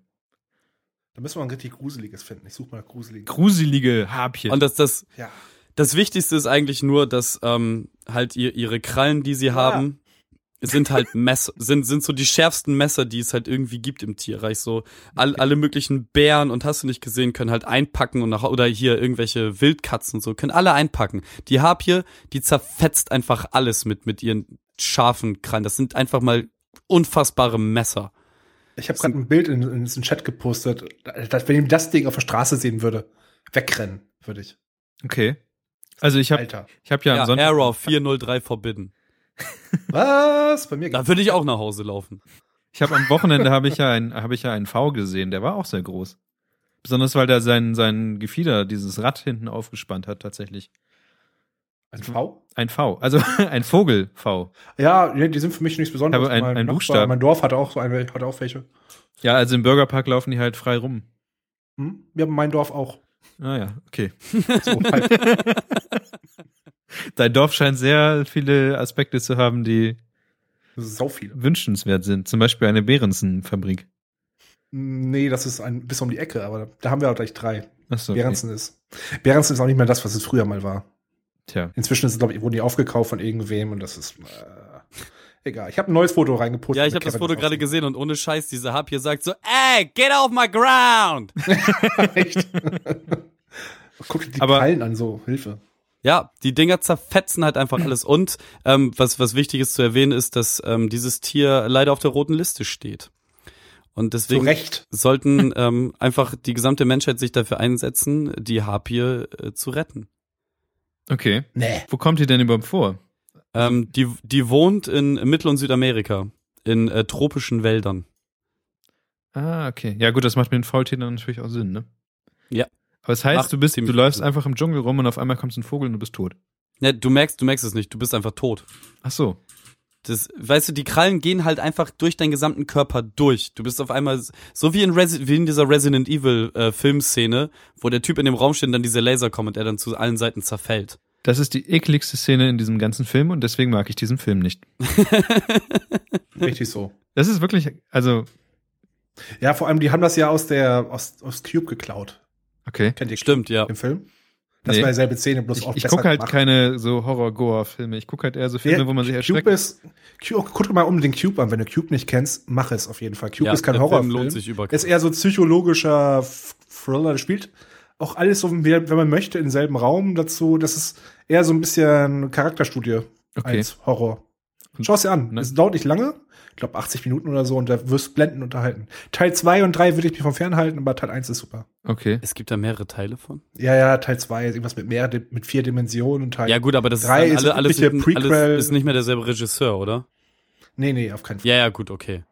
S3: Da müssen wir ein richtig gruseliges finden. Ich suche mal gruselig.
S2: Gruselige Habchen.
S4: Und das, das,
S3: ja.
S4: das Wichtigste ist eigentlich nur, dass ähm, halt ihr, ihre Krallen, die sie haben, sind halt (laughs) Messer, sind, sind so die schärfsten Messer, die es halt irgendwie gibt im Tierreich. So all, alle möglichen Bären und hast du nicht gesehen, können halt einpacken und nach, oder hier irgendwelche Wildkatzen und so, können alle einpacken. Die Harpie, die zerfetzt einfach alles mit, mit ihren scharfen Krallen. Das sind einfach mal unfassbare Messer.
S3: Ich habe gerade ein Bild in, in den Chat gepostet. dass- Wenn ich das Ding auf der Straße sehen würde, wegrennen würde ich.
S2: Okay. Also ich habe
S3: Alter.
S2: ich habe ja,
S4: Ja,
S2: am Sonntag
S4: Error 403 forbidden.
S3: Was? Bei mir
S4: Da würde ich auch nach Hause laufen.
S2: Ich habe am Wochenende habe ich ja einen habe ich ja einen V gesehen, der war auch sehr groß. Besonders weil der sein sein Gefieder dieses Rad hinten aufgespannt hat tatsächlich.
S3: Ein V?
S2: Ein V, also (laughs) ein Vogel V.
S3: Ja, die die sind für mich nichts Besonderes.
S2: Aber ein- ein Buchstabe.
S3: Mein Dorf hat auch so eine, hat auch welche.
S2: Ja, also im Burgerpark laufen die halt frei rum.
S3: Hm? Wir haben mein Dorf auch.
S2: Ah ja, okay.
S3: (laughs) So, halt.
S2: Dein Dorf scheint sehr viele Aspekte zu haben, die
S3: Sau viele.
S2: wünschenswert sind. Zum Beispiel eine Behrensen-Fabrik.
S3: Nee, das ist ein bis um die Ecke, aber da haben wir auch gleich drei.
S2: Achso. Okay.
S3: Behrensen ist. Behrensen ist auch nicht mehr das, was es früher mal war.
S2: Tja.
S3: Inzwischen ist, glaube ich, wurden die aufgekauft von irgendwem und das ist äh, egal. Ich habe ein neues Foto reingepustet.
S4: Ja, ich habe das Foto gerade gesehen und ohne Scheiß, dieser Hub hier sagt so, ey, get off my ground.
S3: (laughs)
S4: (laughs)
S3: Echt? Guck dir die
S2: Aber-
S3: Krallen an, so Hilfe.
S4: Ja, die Dinger zerfetzen halt einfach alles. Und ähm, was, was wichtig ist zu erwähnen, ist, dass ähm, dieses Tier leider auf der roten Liste steht. Und
S3: Zu
S4: deswegen
S3: Recht.
S4: sollten (laughs) ähm, einfach die gesamte Menschheit sich dafür einsetzen, die Harpie äh, zu retten.
S2: Okay.
S3: Nee.
S2: Wo kommt die denn überhaupt vor?
S4: Ähm, die, die wohnt in Mittel- und Südamerika, in äh, tropischen Wäldern.
S2: Ah, okay. Ja, gut, das macht mit den Faultieren dann natürlich auch Sinn, ne?
S4: Ja.
S2: Aber es heißt,
S4: Macht
S2: du bist, du
S4: ziemlich
S2: läufst
S4: Sinn.
S2: einfach im Dschungel rum und auf einmal kommt so ein Vogel und du bist tot.
S4: Ja, du merkst, du merkst es nicht, du bist einfach tot.
S2: Ach so.
S4: das, weißt du, die Krallen gehen halt einfach durch deinen gesamten Körper durch. Du bist auf einmal so wie in, Resi wie in dieser Resident Evil äh, Filmszene, wo der Typ in dem Raum steht und dann diese Laser kommen und er dann zu allen Seiten zerfällt.
S2: Das ist die ekligste Szene in diesem ganzen Film und deswegen mag ich diesen Film nicht.
S3: Richtig so.
S2: Das ist wirklich, also,
S3: Ja, vor allem, die haben das ja aus der, aus, aus Cube geklaut.
S2: okay.
S3: Kennt ihr
S4: Stimmt, ja.
S3: im Film? Das
S2: Nee.
S3: war dieselbe Szene, bloß
S2: Ich,
S3: auch
S2: ich
S3: besser
S2: gucke halt
S3: gemacht.
S2: keine so Horror-Goa-Filme. Ich gucke halt eher so Filme,
S3: Ja,
S2: wo man sich erschreckt.
S3: Cube ist, Cube, guck mal um den Cube an. Wenn du Cube nicht kennst, mach es auf jeden Fall. Cube
S4: ja,
S3: ist kein
S4: der
S3: Horrorfilm.
S4: Film lohnt sich über.
S3: ist eher so psychologischer F- Thriller. Das spielt auch alles so, wie- wenn man möchte, im selben Raum dazu. Das ist eher so ein bisschen Charakterstudie
S2: Okay.
S3: als Horror. Schau es dir an.
S2: Ne.
S3: Es dauert nicht lange. Ich glaube 80 Minuten oder so und da wirst du blenden unterhalten. Teil 2 und 3 würde ich mich von fernhalten, aber Teil 1 ist super.
S2: Okay.
S4: Es gibt da mehrere Teile von.
S3: Ja, ja, Teil 2 ist irgendwas mit mehr, mit vier Dimensionen und Teil.
S4: Ja gut, aber das ist,
S3: Drei
S4: dann
S3: ist
S4: alle, alles,
S3: übliche
S4: hinten-
S3: Prequel.
S4: alles ist nicht mehr derselbe Regisseur, oder?
S3: Nee, nee, auf keinen Fall.
S4: Ja, ja, gut, okay.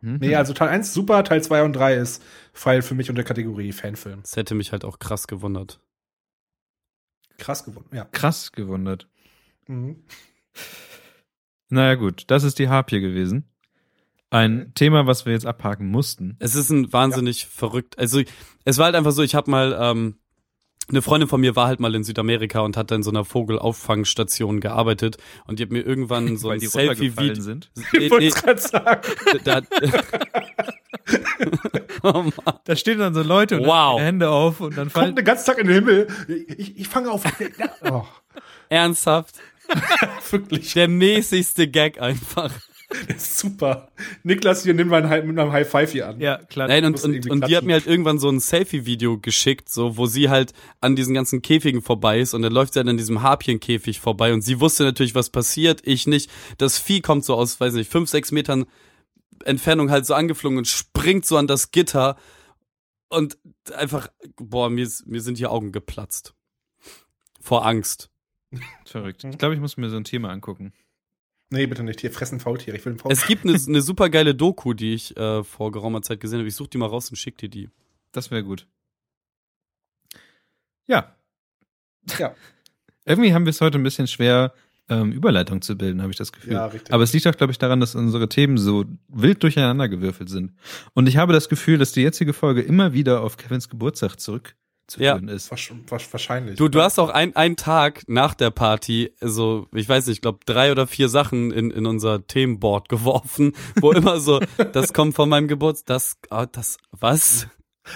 S2: Mhm.
S3: Nee, also Teil 1 super, Teil 2 und 3 ist Fall für mich unter Kategorie Fanfilm.
S4: Das hätte mich halt auch krass gewundert.
S3: Krass gewonnen, ja.
S2: Krass gewundert.
S3: Mhm.
S2: Naja, gut. Das ist die Harpie gewesen. Ein Thema, was wir jetzt abhaken mussten.
S4: Es ist ein wahnsinnig verrückt. Also es war halt einfach so, ich habe mal ähm, eine Freundin von mir war halt mal in Südamerika und hat da in so einer Vogelauffangstation gearbeitet und die hat mir
S2: (laughs)
S4: irgendwann so ein
S2: runtergefallen
S4: Selfie-Video.
S2: sind.
S4: Nee,
S3: Ich wollte
S4: nee,
S3: es gerade sagen.
S4: da, oh Mann.
S2: Da stehen dann so Leute und
S4: Wow.
S2: haben die Hände auf und dann fallen.
S3: Kommt den ganzen Tag in den Himmel. Ich,
S2: (laughs)
S3: ich fange auf. Oh,
S4: (laughs) Ernsthaft?
S3: wirklich.
S4: Der mäßigste Gag einfach.
S3: Das ist super. Niklas, hier nimm mal einen, Hi- mit einem High Five hier an.
S2: Ja, klar.
S4: Nein, und,
S3: musst
S4: und,
S3: irgendwie
S4: und die hat
S3: klatschen.
S4: mir halt irgendwann so ein Selfie-Video geschickt, so, wo sie halt an diesen ganzen Käfigen vorbei ist und dann läuft sie halt an diesem Harpien-Käfig vorbei und sie wusste natürlich, was passiert, ich nicht. Das Vieh kommt so aus, weiß nicht, fünf, sechs Metern Entfernung halt so angeflogen und springt so an das Gitter und einfach, boah, mir, ist- mir sind hier Augen geplatzt. Vor Angst.
S2: Verrückt. Ich glaube, ich muss mir so ein Thema angucken.
S3: Nee, bitte nicht. Hier fressen Faultiere. Ich will einen Faultier.
S4: Es gibt (laughs) eine, eine super geile Doku, die ich äh, vor geraumer Zeit gesehen habe. Ich such die mal raus und schick dir die.
S2: Das wäre gut. Ja.
S3: Ja.
S2: (laughs) Irgendwie haben wir es heute ein bisschen schwer, ähm, Überleitung zu bilden, habe ich das Gefühl.
S3: Ja, richtig.
S2: Aber es liegt auch, glaube ich, daran, dass unsere Themen so wild durcheinander gewürfelt sind. Und ich habe das Gefühl, dass die jetzige Folge immer wieder auf Kevins Geburtstag zurückzuführen ist.
S3: Wasch- wasch- wahrscheinlich.
S4: Du, du hast auch ein, einen Tag nach der Party, also ich weiß nicht, ich glaube drei oder vier Sachen in, in unser Themenboard (laughs) geworfen, wo immer so, das kommt von meinem Geburtstag, das, ah, das, was?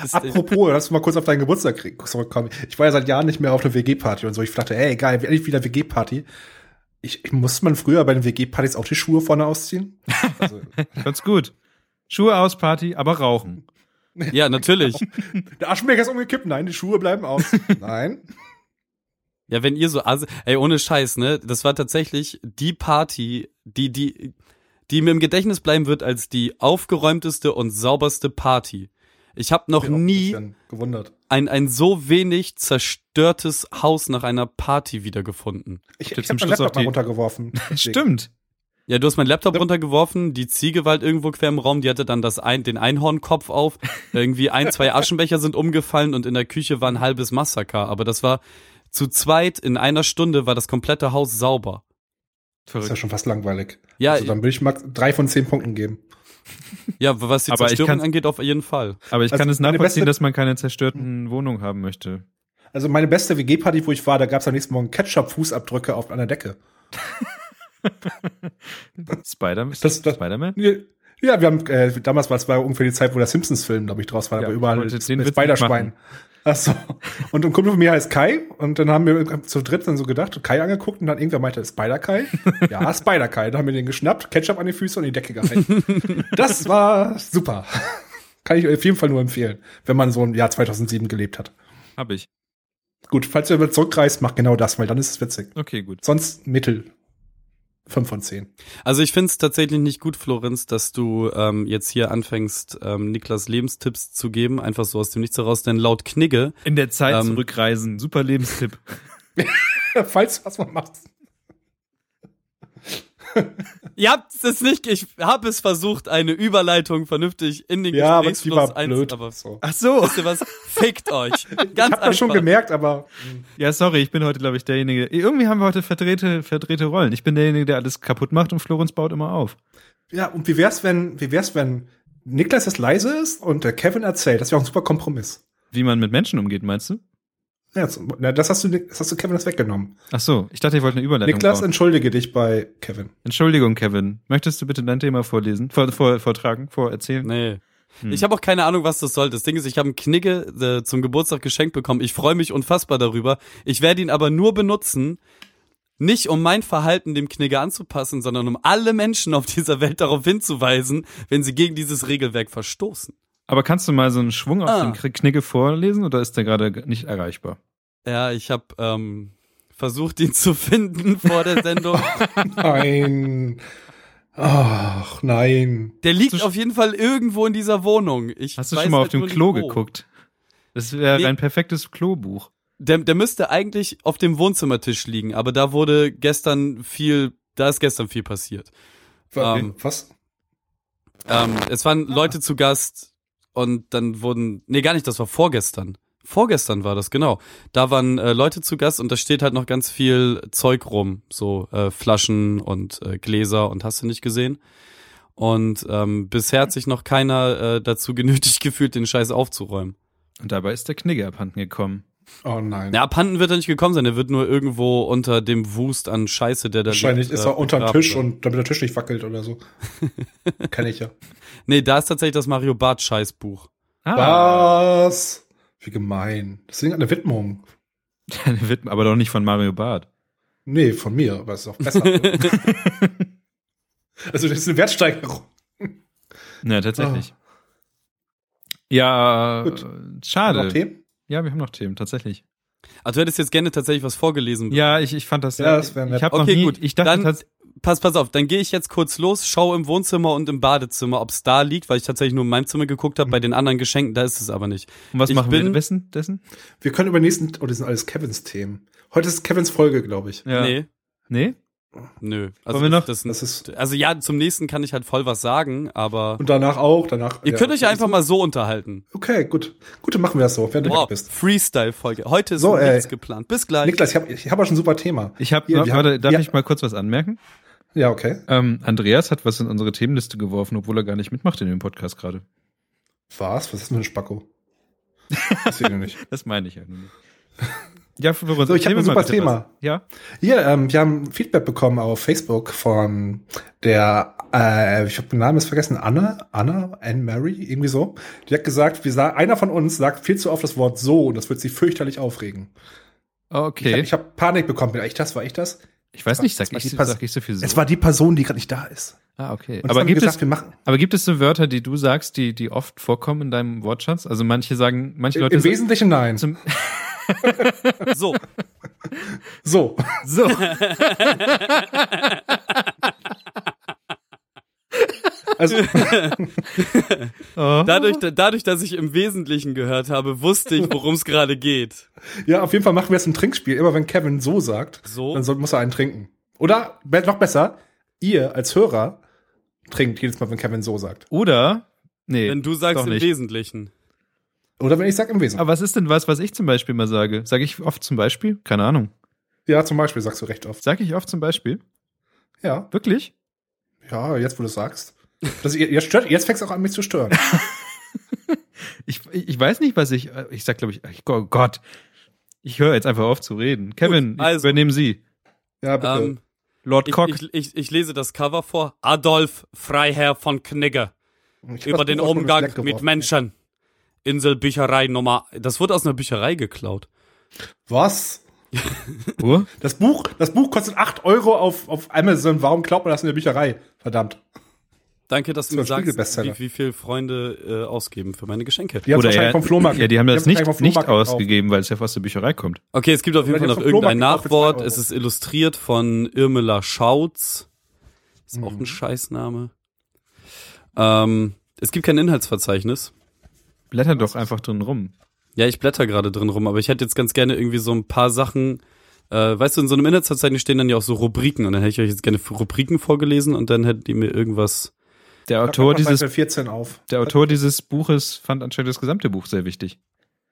S4: Das,
S3: Apropos, lass uns mal kurz auf deinen Geburtstag krieg- zurückkommen. Ich war ja seit Jahren nicht mehr auf einer WG-Party und so. Ich dachte, ey, geil, endlich wieder WG-Party. Ich, ich musste man früher bei den WG-Partys auch die Schuhe vorne ausziehen?
S2: (laughs)
S3: Also,
S2: Ganz gut. Schuhe aus, Party, aber rauchen.
S4: ja, natürlich.
S3: der Aschenbecher ist umgekippt. Nein, die Schuhe
S2: (laughs)
S3: bleiben aus. Nein.
S4: Ja, wenn ihr so, also, ey, ohne Scheiß, ne, das war tatsächlich die Party, die, die, die mir im Gedächtnis bleiben wird als die aufgeräumteste und sauberste Party. Ich habe noch
S3: Bin auch ein
S4: nie
S3: bisschen Gewundert.
S4: ein, ein so wenig zerstörtes Haus nach einer Party wiedergefunden.
S3: Ich,
S2: Steht
S3: ich
S2: zum
S3: habe meinen
S2: Schluss auf
S3: Laptop mal
S2: die- (laughs)
S3: runtergeworfen.
S2: Stimmt.
S4: Ja, du hast meinen Laptop runtergeworfen, die Ziege war halt irgendwo quer im Raum, die hatte dann das ein, den Einhornkopf (laughs) auf, irgendwie ein, zwei Aschenbecher sind umgefallen und in der Küche war ein halbes Massaker, aber das war zu zweit, in einer Stunde war das komplette Haus sauber.
S3: Das ist ja
S2: Verrückt.
S3: schon fast langweilig.
S4: Ja,
S3: also, dann würde ich Max drei von zehn Punkten geben.
S4: ja, was die
S2: Aber ich
S4: Zerstörung
S2: kann's-
S4: angeht, auf jeden Fall.
S2: Aber ich
S3: Also
S2: kann es
S3: meine
S2: nachvollziehen,
S3: beste-
S2: dass man keine zerstörten Wohnungen haben möchte.
S3: Also meine beste WG-Party, wo ich war, da gab es am nächsten Morgen Ketchup-Fußabdrücke auf einer Decke.
S2: Spider-Man? Ist
S3: Das-
S2: das
S3: das-
S2: Spider-Man?
S3: Ja, wir haben äh, damals war es war ungefähr die Zeit, wo der Simpsons-Film, glaube ich, draus war,
S2: Ja,
S3: aber
S2: ich
S3: überall
S2: wollte
S3: ist
S2: den Witz
S3: Spiderschwein.
S2: nicht
S3: Ach so. Und ein Kumpel von mir heißt Kai und dann haben wir zu dritt dann so gedacht, Kai angeguckt und dann irgendwer meinte,
S2: (laughs)
S3: Spider-Kai? Ja, Spider-Kai. Dann haben wir den geschnappt, Ketchup an die Füße und in die Decke gehalten. das war super. (laughs) Kann ich auf jeden Fall nur empfehlen, wenn man so im Jahr 2007 gelebt hat.
S2: Hab ich.
S3: Gut, falls ihr wieder zurückreist, macht genau das, weil dann ist es witzig.
S2: Okay, gut.
S3: Sonst Mittel. fünf von zehn. (laughs)
S4: Also ich find's tatsächlich nicht gut, Florenz, dass du ähm, jetzt hier anfängst, ähm, Niklas Lebenstipps zu geben, einfach so aus dem Nichts heraus, denn laut Knigge
S2: In der Zeit
S4: Ähm,
S2: zurückreisen. Super Lebenstipp.
S3: falls was man macht.
S4: Ihr habt es nicht, ich habe es versucht, eine Überleitung vernünftig in den
S3: Ja, aber die
S4: Gesprächsfluss
S3: war
S4: einz-
S3: blöd.
S4: aber
S3: so.
S2: Ach so.
S4: wisst ihr was? Fickt euch.
S3: Ich
S4: Ganz
S3: hab das schon
S4: einfach.
S3: gemerkt, aber
S2: Ja, sorry, ich bin heute, glaube ich, derjenige. Irgendwie haben wir heute verdrehte, verdrehte Rollen. Ich bin derjenige, der alles kaputt macht und Florenz baut immer auf.
S3: ja, und wie wär's, wenn, wie wär's, wenn Niklas jetzt leise ist und der Kevin erzählt? Das wäre auch ein super Kompromiss.
S2: Wie man mit Menschen umgeht, meinst du?
S3: Ja, zum- na, das hast du, Nick- das hast du Kevin das weggenommen.
S2: Ach so, ich dachte, ich wollte eine Überleitung
S3: Niklas,
S2: bauen.
S3: entschuldige dich bei Kevin.
S2: Entschuldigung, Kevin. Möchtest du bitte dein Thema vorlesen, vor, vor, vortragen, vorerzählen?
S4: Nee. Hm. Ich habe auch keine Ahnung, was das soll. Das Ding ist, ich habe einen Knigge äh, zum Geburtstag geschenkt bekommen. Ich freue mich unfassbar darüber. Ich werde ihn aber nur benutzen, nicht um mein Verhalten dem Knigge anzupassen, sondern um alle Menschen auf dieser Welt darauf hinzuweisen, wenn sie gegen dieses Regelwerk verstoßen.
S2: Aber kannst du mal so einen Schwung aus
S4: Ah.
S2: dem Kri- Knigge vorlesen oder ist der gerade g- nicht erreichbar?
S4: Ja, ich habe ähm, versucht, ihn zu finden vor der
S2: (laughs)
S4: Sendung. (laughs)
S3: Nein. Ach, nein.
S4: Der liegt
S2: Hast du sch-
S4: auf jeden Fall irgendwo in dieser Wohnung. Ich
S2: Hast du
S4: weiß
S2: schon mal auf
S4: halt
S2: dem
S4: nur nicht
S2: Klo
S4: wo.
S2: geguckt? Das wäre
S4: Nee.
S2: ein perfektes Klobuch.
S4: Der, der müsste eigentlich auf dem Wohnzimmertisch liegen, aber da wurde gestern viel, da ist gestern viel passiert.
S3: Wa-
S4: Ähm.
S3: Was?
S4: Ähm, es waren Leute zu Gast und dann wurden, nee, gar nicht, das war vorgestern. Vorgestern war das, genau. Da waren äh, Leute zu Gast und da steht halt noch ganz viel Zeug rum, so äh, Flaschen und äh, Gläser und hast du nicht gesehen. Und ähm, bisher hat sich noch keiner äh, dazu genötigt (laughs) gefühlt, den Scheiß aufzuräumen.
S2: Und dabei ist der Knigge abhanden gekommen.
S3: Oh nein.
S4: Ja, Panten wird er nicht gekommen sein. Der wird nur irgendwo unter dem Wust an Scheiße, der da
S3: Wahrscheinlich
S4: liegt,
S3: ist
S4: äh,
S3: er unterm
S4: begraben
S3: Tisch
S4: sein.
S3: und damit der Tisch nicht wackelt oder
S4: (laughs)
S3: so. Kenn ich ja.
S4: Nee, da ist tatsächlich das Mario Barth Scheißbuch.
S2: Ah.
S4: Ah.
S3: Was? Wie gemein. Deswegen eine Widmung.
S2: Deine Widmung, aber doch nicht von Mario Barth.
S3: Nee, von mir, aber es ist auch
S4: (laughs)
S3: besser. also das ist eine Wertsteigerung.
S2: Ja, tatsächlich. Ja,
S3: Oh. Gut.
S2: äh,
S3: Noch
S2: schade.
S3: Themen?
S2: Ja, wir haben noch Themen, tatsächlich.
S4: Also du hättest jetzt gerne tatsächlich was vorgelesen.
S2: Ja, ich, ich fand das.
S3: Ja, das wär nett.
S2: ich hab noch
S4: Okay,
S2: nie,
S4: gut.
S2: Ich dachte,
S4: Dann-
S2: tats-
S4: Pass, pass auf, dann gehe ich jetzt kurz los, schau im Wohnzimmer und im Badezimmer, ob's da liegt, weil ich tatsächlich nur in meinem Zimmer geguckt habe, bei den anderen Geschenken, da ist es aber nicht.
S2: und was
S4: ich
S2: machen wir
S4: bin-
S2: dessen? dessen?
S3: Wir können über den nächsten. Oh, das sind alles Kevins Themen. Heute ist Kevins Folge, glaube ich.
S2: Ja.
S4: Nee,
S2: Nee?
S4: nö.
S2: Wollen wir noch?
S4: Das,
S3: Das
S4: das,
S3: ist.
S4: also ja, zum nächsten kann ich halt voll was sagen, aber
S3: Und danach auch, danach.
S4: ihr
S3: ja.
S4: könnt euch einfach mal so unterhalten.
S3: Okay, gut. Gut, dann machen wir das so, während du
S4: Wow,
S3: weg bist.
S4: Freestyle-Folge. Heute ist
S3: So, äh,
S4: nichts geplant. Bis gleich.
S3: Niklas, ich habe ich hab auch schon ein super Thema.
S2: Ich habe,
S3: Hier,
S4: ne,
S3: wir
S2: warte,
S3: haben-
S2: darf
S3: ja.
S2: ich mal kurz was anmerken?
S3: Ja, okay.
S2: Ähm, Andreas hat was in unsere Themenliste geworfen, obwohl er gar nicht mitmacht in dem Podcast gerade.
S3: Was? Was ist mit dem Spacko? Das sehe ich
S4: (laughs)
S3: nicht.
S2: Das meine ich ja nur nicht. Ja, für uns.
S3: So, ich hab ein super Thema.
S2: Ja,
S3: Hier, ähm, wir haben Feedback bekommen auf Facebook von der, äh, ich habe den Namen jetzt vergessen, Anna, Anna, Anne Mary, irgendwie so. Die hat gesagt, wir sa- einer von uns sagt viel zu oft das Wort so und das wird sie fürchterlich aufregen. Ich
S2: okay.
S3: hab-
S2: Ich,
S3: Ich habe hab Panik bekommen. War ich das? War ich das?
S2: weiß nicht, sag
S3: Es war
S2: ich,
S3: die Pas-
S2: sag ich so viel so.
S3: Es war die Person, die gerade nicht da ist.
S2: ah, okay.
S3: Und jetzt
S2: Aber
S3: haben wir
S2: gibt,
S3: gesagt,
S2: es,
S3: wir machen.
S2: aber gibt es so Wörter, die du sagst, die, die oft vorkommen in deinem Wortschatz? Also manche sagen, manche Leute
S3: Im
S2: sagen-
S3: Wesentlichen nein.
S4: (laughs)
S2: zum,
S4: So,
S3: (laughs) So.
S2: (laughs) so.
S3: Also,
S2: Oh.
S4: dadurch, dadurch, dass ich im Wesentlichen gehört habe, wusste ich, worum es gerade geht.
S3: ja, auf jeden Fall machen wir jetzt ein Trinkspiel. Immer wenn Kevin so sagt,
S4: So.
S3: dann soll, muss er einen trinken. Oder be- noch besser, ihr als Hörer trinkt jedes Mal, wenn Kevin so sagt.
S2: Oder, nee.
S4: Wenn du sagst
S2: doch
S4: im
S2: nicht.
S4: Wesentlichen.
S3: Oder wenn ich sag im Wesentlichen.
S2: Aber was ist denn was, was ich zum Beispiel mal sage? Sage ich oft zum Beispiel? Keine Ahnung.
S3: Ja, zum Beispiel sagst du recht oft.
S2: Sage ich oft zum Beispiel?
S3: Ja,
S2: Wirklich?
S3: ja, jetzt wo du
S4: (laughs)
S3: sagst. Das, jetzt, stört, jetzt fängst du auch an, mich zu stören.
S2: Ich, ich weiß nicht, was ich. äh, Ich sag, glaube ich, ach, oh Gott. Ich höre jetzt einfach auf zu reden. Kevin,
S4: Gut, also.
S2: übernehmen Sie.
S3: Ja, bitte.
S4: Ähm,
S2: Lord
S4: ich,
S2: Cock.
S4: ich, ich, ich lese das Cover vor. Adolf Freiherr von Knigge
S3: Ich hab
S4: über
S3: das
S4: den
S3: Buch auf meinem
S4: Umgang
S3: Fleck
S4: mit
S3: geworfen.
S4: Menschen. Inselbücherei Nummer. Das wurde aus einer Bücherei geklaut.
S3: Was?
S2: Oh,
S3: Das Buch, das Buch kostet 8 Euro auf, auf Amazon. Warum glaubt man das in der Bücherei? Verdammt.
S4: Danke, dass
S3: war
S4: du mir
S3: ein
S4: sagst,
S3: Spiegel-Bestseller.
S4: wie, wie viel Freunde äh, ausgeben für meine Geschenke.
S3: Die hat's
S2: Oder
S3: wahrscheinlich
S2: er,
S3: vom Flohmarkt.
S2: ja, die haben
S3: die
S2: das
S3: haben's wahrscheinlich
S2: nicht,
S3: vom
S2: nicht
S3: Flohmarkt gekauft.
S2: ausgegeben, weil es ja aus der Bücherei kommt.
S4: Okay, es gibt auf jeden
S3: Oder die
S4: Fall noch
S3: haben vom Flohmarkt
S4: irgendein
S3: gekauft für zwei
S4: Nachwort.
S3: Euro.
S4: Es ist illustriert von Irmela Schautz. Ist auch
S3: Mhm.
S4: ein Scheißname. Ähm, es gibt kein Inhaltsverzeichnis.
S2: Blätter doch einfach drin rum.
S4: Ja, ich blätter gerade drin rum, aber ich hätte jetzt ganz gerne irgendwie so ein paar Sachen Äh, weißt du, in so einem Inhaltsverzeichnis stehen dann ja auch so Rubriken und dann hätte ich euch jetzt gerne Rubriken vorgelesen und dann hättet ihr mir irgendwas.
S2: Der
S3: Pack mal
S2: Autor, dieses,
S3: Seite 14 auf.
S2: der Autor dieses Buches fand anscheinend das gesamte Buch sehr wichtig.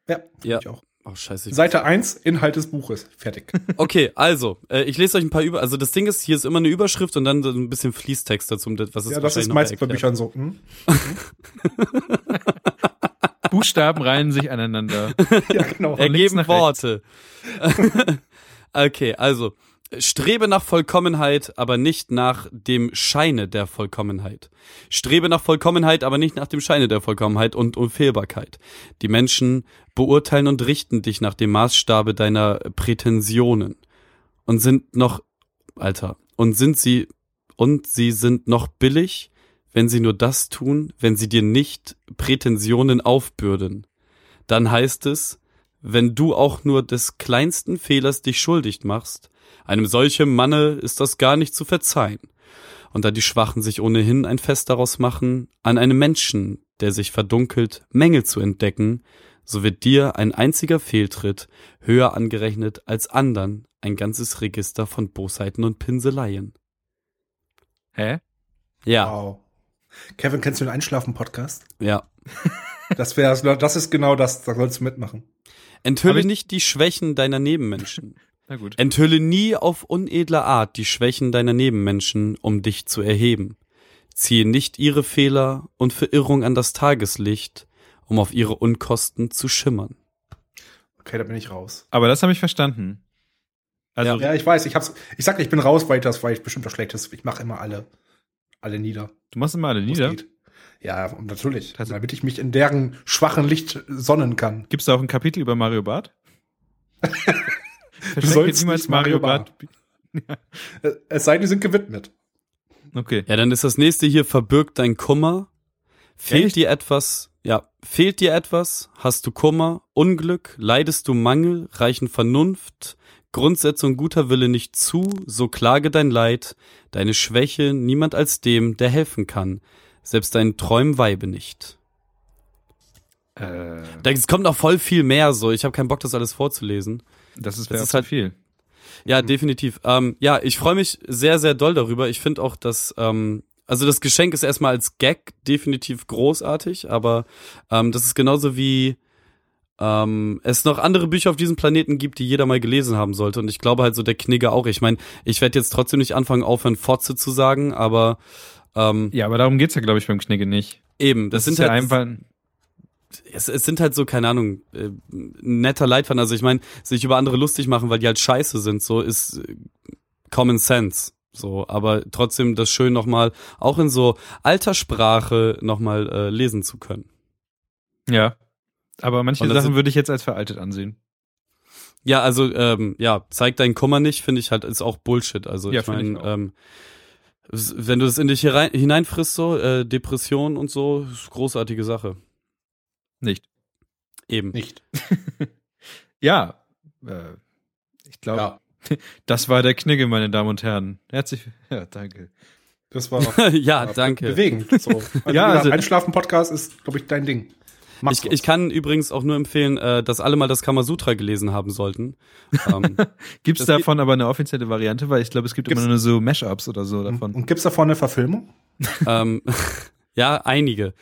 S3: Ja,
S4: Ja.
S3: ich auch.
S4: Oh, scheiße. ich-
S3: Seite 1, Inhalt des Buches. Fertig.
S4: Okay, also, äh, ich lese euch ein paar über. Also das Ding ist, hier ist immer eine Überschrift und dann so ein bisschen Fließtext dazu, um das- was es
S3: ja, das
S4: wahrscheinlich
S3: ist
S4: noch
S3: meist bei
S4: erklärt.
S3: Büchern so.
S4: (laughs)
S3: Hm?
S2: Buchstaben reihen sich
S4: (laughs)
S2: aneinander.
S3: Ja, genau.
S2: Ey. links
S4: Ergeben
S2: nach
S4: Worte. (laughs) okay, also strebe nach Vollkommenheit, aber nicht nach dem Scheine der Vollkommenheit. Strebe nach Vollkommenheit, aber nicht nach dem Scheine der Vollkommenheit und Unfehlbarkeit. Die Menschen beurteilen und richten dich nach dem Maßstabe deiner Prätensionen und sind noch Alter und sind sie und sie sind noch billig, wenn sie nur das tun, wenn sie dir nicht Prätensionen aufbürden. Dann heißt es, wenn du auch nur des kleinsten Fehlers dich schuldig machst, einem solchen Manne ist das gar nicht zu verzeihen. Und da die Schwachen sich ohnehin ein Fest daraus machen, an einem Menschen, der sich verdunkelt, Mängel zu entdecken, so wird dir ein einziger Fehltritt höher angerechnet als andern ein ganzes Register von Bosheiten und Pinseleien.
S2: Hä?
S4: Ja,
S3: Wow. Kevin, kennst du den Einschlafen-Podcast?
S4: ja.
S3: Das wäre, das ist genau das, da sollst du mitmachen.
S2: Hab
S4: Enthülle
S2: ich-
S4: nicht die Schwächen deiner Nebenmenschen.
S2: Na gut.
S4: Enthülle nie auf unedle Art die Schwächen deiner Nebenmenschen, um dich zu erheben. Ziehe nicht ihre Fehler und Verirrung an das Tageslicht, um auf ihre Unkosten zu schimmern.
S3: Okay, da bin ich raus.
S2: Aber das habe ich verstanden. Also
S3: Ja, ich weiß, ich hab's, ich sag, ich bin raus, weil das, weil ich bestimmt was Schlechtes, ich mache immer alle, alle nieder.
S2: du machst immer alle
S3: wo es
S2: nieder.
S3: geht. Ja, und natürlich,
S2: Tatsächlich.
S3: damit ich mich in deren schwachen Licht sonnen kann.
S2: Gibt es da auch ein Kapitel über Mario
S4: (laughs)
S2: Barth? Verstecke
S3: sollst nicht Mario Äh, Es sei denn, die sind gewidmet.
S2: Okay.
S4: Ja, dann ist das nächste hier, verbirg dein Kummer. Fehlt
S2: Echt?
S4: dir etwas? Ja, fehlt dir etwas? Hast du Kummer, Unglück? Leidest du Mangel? Reichen Vernunft, Grundsätze und guter Wille nicht zu? So klage dein Leid, deine Schwäche niemand als dem, der helfen kann. Selbst deinen Träumen Weibe nicht.
S2: Äh,
S4: Da es kommt noch voll viel mehr so. Ich habe keinen Bock, das alles vorzulesen.
S2: das ist,
S4: Das
S2: das
S4: ist
S2: ist
S4: halt-
S2: viel. Mhm.
S4: Ja, definitiv. Ähm, ja, ich freue mich sehr, sehr doll darüber. Ich finde auch, dass ähm, also das Geschenk ist erstmal als Gag definitiv großartig, aber ähm, das ist genauso wie ähm, es noch andere Bücher auf diesem Planeten gibt, die jeder mal gelesen haben sollte. Und ich glaube halt so der Knigge auch. Ich meine, ich werde jetzt trotzdem nicht anfangen, aufhören, Fotze zu sagen, aber ähm,
S2: Ja, aber darum geht's ja, glaube ich, beim Knigge nicht.
S4: eben, das, sind
S2: ist ja
S4: halt
S2: einfach.
S4: es, es sind halt so, keine Ahnung, äh, netter Leitfaden. Also ich meine, sich über andere lustig machen, weil die halt scheiße sind, so ist äh, Common Sense. So, aber trotzdem das schön nochmal, auch in so alter Sprache nochmal äh, lesen zu können.
S2: Ja. Aber manche
S4: Und das
S2: Sachen
S4: ist-
S2: würde ich jetzt als veraltet ansehen.
S4: Ja, also, ähm, ja, zeig deinen Kummer nicht, finde ich halt, ist auch Bullshit. Also
S2: Ja,
S4: ich
S2: finde ich
S4: meine,
S2: auch.
S4: ähm, s- wenn du das in dich herein, hineinfrisst, so, äh, Depression und so, ist großartige Sache.
S2: Nicht.
S4: Eben.
S3: Nicht.
S2: Ja. Äh, ich glaube,
S3: Ja.
S2: (laughs) das war der Knigge, meine Damen und Herren. Herzlich. (laughs) Ja, danke.
S3: Das
S2: (laughs)
S3: war
S4: (laughs) ja,
S3: war
S4: danke.
S3: bewegend. So. Also,
S2: Ja,
S3: ja,
S2: also-
S3: Einschlafen-Podcast ist, glaube ich, dein Ding. Mach's
S4: Ich, ich kann übrigens auch nur empfehlen, äh, dass alle mal das Kamasutra gelesen haben sollten.
S2: (laughs)
S4: Ähm,
S2: Gibt's
S4: Das geht-
S2: davon aber eine offizielle Variante? Weil ich glaube, es gibt
S3: Gibt's-
S2: immer nur so Mashups oder so davon.
S3: Mhm. Und gibt's da vorne eine Verfilmung?
S4: ähm, (laughs) ja, einige.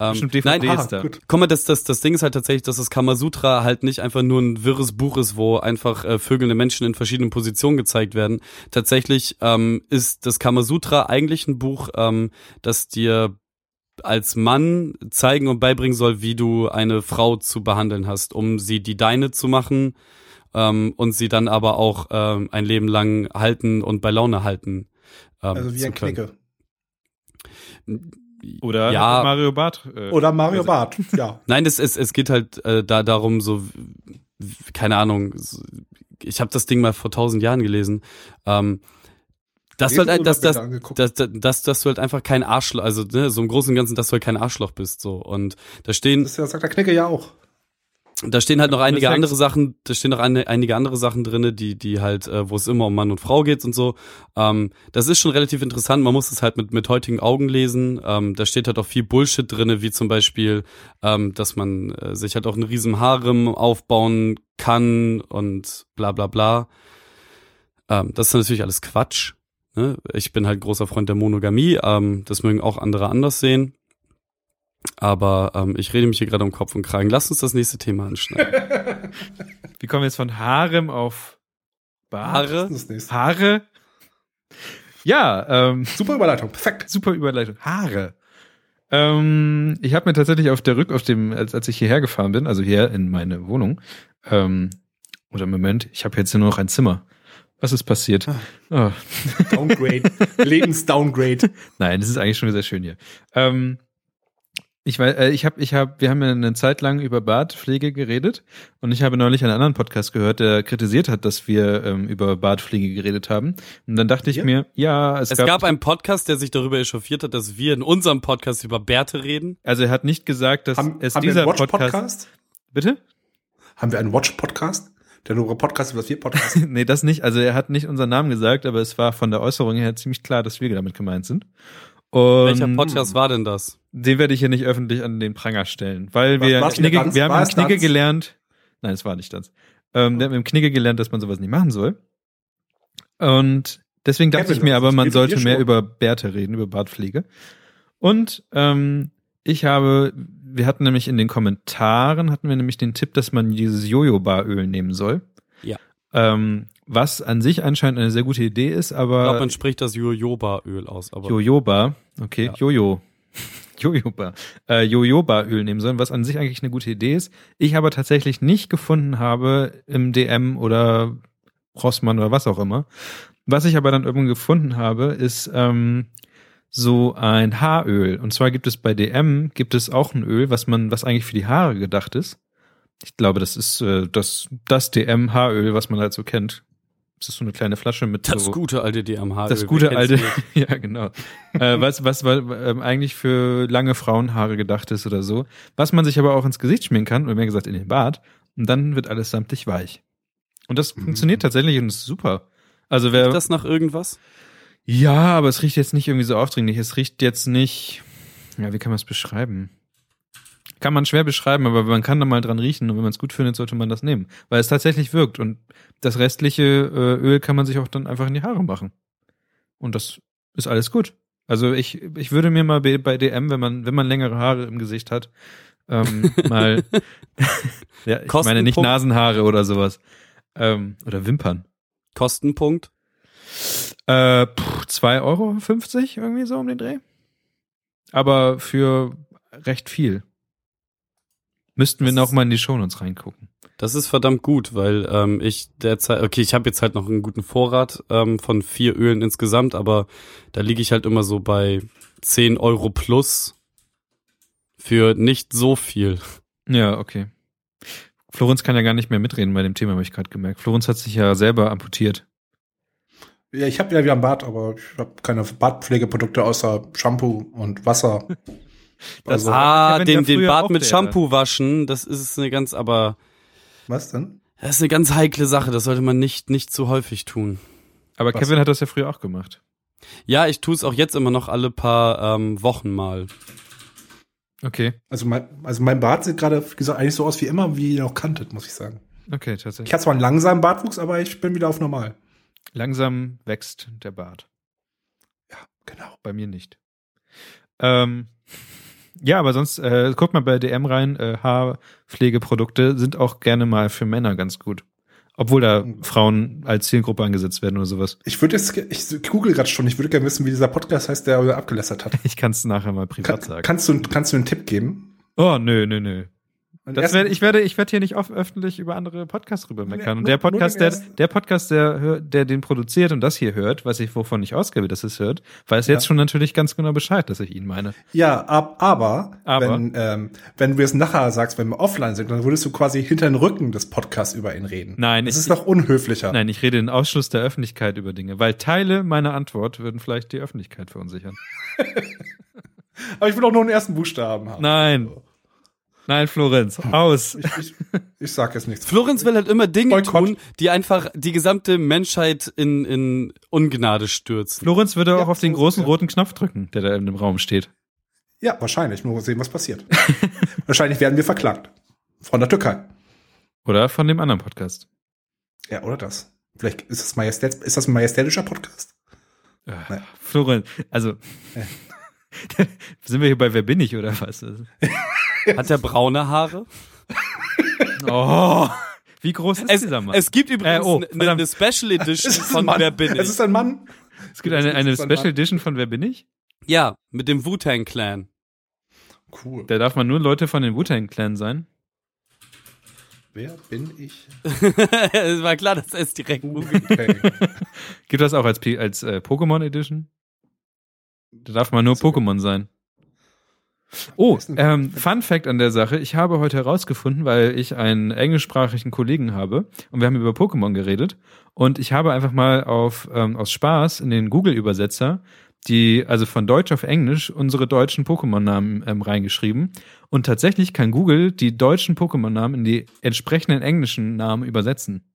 S4: Ähm,
S2: Bestimmt DVD
S4: nein,
S2: ist da.
S3: Ah, gut.
S4: guck mal, das, das, das Ding ist halt tatsächlich, dass das Kamasutra halt nicht einfach nur ein wirres Buch ist, wo einfach äh, vögelnde Menschen in verschiedenen Positionen gezeigt werden. Tatsächlich ähm, ist das Kamasutra eigentlich ein Buch, ähm, das dir als Mann zeigen und beibringen soll, wie du eine Frau zu behandeln hast, um sie die deine zu machen ähm, und sie dann aber auch ähm, ein Leben lang halten und bei Laune halten. Ähm,
S3: Also wie
S4: zu
S3: ein
S4: können.
S3: Knicke.
S2: Oder
S4: Ja.
S2: Mario Barth. Äh,
S3: Oder Mario
S2: also-
S3: Barth. Ja.
S4: Nein, es, es, es geht halt äh, da darum, so, w- w- keine Ahnung, so- ich habe das Ding mal vor tausend Jahren gelesen. Ähm, das halt, ein- dass,
S3: das,
S4: dass,
S3: angeguckt.
S4: dass, dass, dass du halt einfach kein Arschloch, also ne, so im Großen und Ganzen, dass du halt kein Arschloch bist. so Und da stehen,
S3: das, das sagt der Knicke ja auch.
S4: da stehen halt noch einige
S2: Perfekt.
S4: andere Sachen, da stehen noch eine, einige andere Sachen drinne, die, die halt, äh, wo es immer um Mann und Frau geht und so. Ähm, das ist schon relativ interessant, man muss es halt mit, mit heutigen Augen lesen. Ähm, da steht halt auch viel Bullshit drinne, wie zum Beispiel, ähm, dass man äh, sich halt auch einen riesen Harem aufbauen kann und bla bla bla. Ähm, das ist natürlich alles Quatsch. Ne? Ich bin halt großer Freund der Monogamie. Ähm, das mögen auch andere anders sehen. Aber ähm, ich rede mich hier gerade um Kopf und Kragen. Lass uns das nächste Thema anschneiden.
S2: Wie kommen wir jetzt von Harem auf Bare?
S4: Haare?
S3: Das ist das nächste.
S2: Haare? Ja, ähm, (laughs)
S3: Super Überleitung. Perfekt.
S2: super Überleitung. Haare. Ähm, ich habe mir tatsächlich auf der Rück, auf dem, als, als ich hierher gefahren bin, also hier in meine Wohnung, ähm, oder Moment, ich habe jetzt hier nur noch ein Zimmer. Was ist passiert? Oh,
S3: Downgrade. Lebensdowngrade.
S2: Nein, das ist eigentlich schon sehr schön hier. Ähm, ich weiß, äh, ich habe, ich habe, wir haben ja eine Zeit lang über Bartpflege geredet und ich habe neulich einen anderen Podcast gehört, der kritisiert hat, dass wir ähm, über Bartpflege geredet haben. Und dann dachte ich
S3: Ja?
S2: mir, ja, es,
S4: Es
S2: gab,
S4: gab einen Podcast, der sich darüber echauffiert hat, dass wir in unserem Podcast über Bärte reden.
S2: also er hat nicht gesagt, dass
S3: Haben,
S2: es
S3: haben wir
S2: dieser
S3: einen Watch-Podcast?
S2: Podcast, bitte? (laughs)
S3: Haben wir einen Watch-Podcast? Der nur Podcast über das wir
S2: (laughs)
S3: Podcast.
S2: Nee, das nicht. Also er hat nicht unseren Namen gesagt, aber es war von der Äußerung her ziemlich klar, dass wir damit gemeint sind. Und
S4: Welcher Podcast war denn das?
S2: Den werde ich hier nicht öffentlich an den Pranger stellen, weil
S3: Was-
S2: wir,
S3: war's wieder
S2: Knigge,
S3: Tanz?
S2: wir haben im
S3: War's
S2: Knigge
S3: Tanz?
S2: gelernt. Nein, es war nicht das. Ähm, Wir haben im Knigge gelernt, dass man sowas nicht machen soll. Und deswegen dachte
S3: Kevin,
S2: ich mir
S3: das
S2: aber,
S3: ist
S2: man
S3: mir
S2: sollte
S3: schon.
S2: mehr über Bärte reden, über Bartpflege. Und ähm, ich habe, wir hatten nämlich in den Kommentaren, hatten wir nämlich den Tipp, dass man dieses Jojobaöl nehmen soll.
S4: Ja.
S2: Ähm, was an sich anscheinend eine sehr gute Idee ist, aber
S4: Ich glaube, man spricht das Jojoba-Öl aus. Aber
S2: Jojoba, okay,
S4: Ja.
S2: Jojo. (laughs) Jojoba. Äh, Jojoba-Öl nehmen sollen, was an sich eigentlich eine gute Idee ist. Ich aber tatsächlich nicht gefunden habe im DM oder Rossmann oder was auch immer. Was ich aber dann irgendwann gefunden habe, ist ähm, so ein Haaröl. Und zwar gibt es bei DM gibt es auch ein Öl, was man, was eigentlich für die Haare gedacht ist. Ich glaube, das ist äh, das, das DM-Haaröl, was man halt so kennt. Das ist so eine kleine Flasche mit
S4: das
S2: so
S4: gute alte DMH.
S2: das gute alte, (laughs) ja genau. äh, was was weil, ähm, eigentlich für lange Frauenhaare gedacht ist oder so. Was man sich aber auch ins Gesicht schmieren kann, oder mehr gesagt in den Bart, und dann wird alles samtig weich. Und das
S3: Mhm.
S2: funktioniert tatsächlich und ist super. Also wer,
S4: Riecht das nach irgendwas?
S2: ja, aber es riecht jetzt nicht irgendwie so aufdringlich. Es riecht jetzt nicht, ja, wie kann man es beschreiben? Kann man schwer beschreiben, aber man kann da mal dran riechen und wenn man es gut findet, sollte man das nehmen, weil es tatsächlich wirkt und das restliche äh, Öl kann man sich auch dann einfach in die Haare machen. Und das ist alles gut. Also ich, ich würde mir mal bei bei DM, wenn man, wenn man längere Haare im Gesicht hat, ähm, mal, (laughs) ja, ich meine nicht
S4: Kostenpunkt.
S2: Nasenhaare oder sowas, ähm, oder Wimpern.
S4: Kostenpunkt?
S2: Äh, pff, 2,50 Euro irgendwie so um den Dreh. Aber für recht viel. Müssten wir
S4: Das
S2: noch
S4: ist-
S2: mal in die Shownotes reingucken.
S4: Das ist verdammt gut, weil ähm, ich derzeit, okay, ich habe jetzt halt noch einen guten Vorrat ähm, von vier Ölen insgesamt, aber da liege ich halt immer so bei 10 Euro plus für nicht so viel.
S2: Ja, okay. Florenz kann ja gar nicht mehr mitreden bei dem Thema, habe ich gerade gemerkt. Florenz hat sich ja selber amputiert.
S3: ja, ich habe ja wieder einen Bart, aber ich habe keine Bartpflegeprodukte außer Shampoo und Wasser.
S2: Das-
S3: also,
S4: ah,
S2: Kevin
S4: den,
S2: ja
S4: den
S2: früher
S4: Bart
S2: auch
S4: mit
S2: der.
S4: Shampoo waschen, das ist eine ganz, aber
S3: was denn?
S4: das ist eine ganz heikle Sache, das sollte man nicht, nicht zu häufig tun.
S2: Aber
S3: Was?
S2: Kevin hat das ja früher auch gemacht.
S4: Ja, ich tue es auch jetzt immer noch alle paar ähm, Wochen mal.
S2: Okay,
S3: Also mein, also mein Bart sieht gerade, wie gesagt, eigentlich so aus wie immer, wie ihr ihn auch kanntet, muss ich sagen.
S2: okay,
S3: Ich
S2: tatsächlich.
S3: hatte zwar einen langsamen Bartwuchs, aber ich bin wieder auf normal.
S2: Langsam wächst der Bart.
S3: Genau.
S2: Bei mir nicht. Ähm, ja, aber sonst äh, guckt mal bei DM rein. Äh, Haarpflegeprodukte sind auch gerne mal für Männer ganz gut. Obwohl da
S3: Hm.
S2: Frauen als Zielgruppe angesetzt werden oder sowas.
S3: Ich würde jetzt, ge- ich google gerade schon, ich würde gerne wissen, wie dieser Podcast heißt, der er abgelästert hat.
S2: Ich kann es nachher mal privat
S3: Kann,
S2: sagen.
S3: kannst, du, kannst du einen Tipp geben?
S2: oh, nö, nö, nö.
S3: Und
S2: Das
S3: erst-
S2: werde, ich werde, ich werde hier nicht off öffentlich über andere Podcasts rüber meckern. Und
S3: nur-
S2: der
S3: nur den
S2: Podcast, der,
S3: ersten.
S2: der Podcast, der, hör- der den produziert und das hier hört, weiß ich, wovon ich ausgebe, dass es hört, weiß jetzt
S3: Ja.
S2: schon natürlich ganz genau Bescheid, dass ich ihn meine.
S3: Ja, ab, aber,
S2: Aber?
S3: wenn, ähm, wenn du es nachher sagst, wenn wir offline sind, dann würdest du quasi hinter den Rücken des Podcasts über ihn reden.
S2: Nein,
S3: Das
S2: ich-
S3: ist noch unhöflicher.
S2: Nein, ich rede in Ausschluss der Öffentlichkeit über Dinge, weil Teile meiner Antwort würden vielleicht die Öffentlichkeit verunsichern.
S3: Aber ich will auch nur einen ersten Buchstaben haben.
S2: Nein. Nein, Florenz, aus.
S3: Ich, ich, ich sag jetzt nichts.
S4: Florenz will halt immer Dinge
S3: Boykott.
S4: tun, die einfach die gesamte Menschheit in, in Ungnade stürzen.
S2: Florenz würde auch
S3: Ja,
S2: auf den
S3: so
S2: großen
S3: ist es, ja.
S2: roten Knopf drücken, der da in dem Raum steht.
S3: Ja, wahrscheinlich. Nur sehen, was passiert. (laughs) wahrscheinlich werden wir verklagt. Von der Türkei.
S2: Oder von dem anderen Podcast.
S3: Ja, oder das. Vielleicht ist das, Majestät, ist das ein
S2: (laughs)
S3: majestätischer Podcast?
S2: Äh, Florian, also (laughs) sind wir hier bei Wer bin ich oder was? Also,
S4: Hat der braune Haare?
S2: Oh, wie groß ist
S4: Es,
S2: dieser Mann?
S4: es gibt übrigens
S2: Äh, oh,
S4: eine
S2: verdammt.
S4: Special
S3: (laughs)
S4: Edition
S3: Es ist ein
S4: von
S3: Mann.
S4: Wer bin
S3: Es
S4: ich?
S3: ist ein Mann.
S2: Es gibt eine, eine
S3: es ist ein
S2: Special
S3: Mann.
S2: Edition von Wer bin ich?
S4: Ja, mit dem Wu-Tang Clan. (laughs)
S3: Cool.
S2: Da darf man nur Leute von den Wu-Tang Clan sein.
S3: Wer bin ich?
S4: es war klar, dass er es direkt googelt.
S3: Okay.
S2: Gibt das auch als, P- als äh, Pokémon Edition? Da darf man nur Pokémon sein. Oh, ähm, Fun Fact an der Sache. Ich habe heute herausgefunden, weil ich einen englischsprachigen Kollegen habe und wir haben über Pokémon geredet und ich habe einfach mal auf, ähm, aus Spaß in den Google-Übersetzer die, also von Deutsch auf Englisch, unsere deutschen Pokémon-Namen ähm, reingeschrieben. Und tatsächlich kann Google die deutschen Pokémon-Namen in die entsprechenden englischen Namen übersetzen.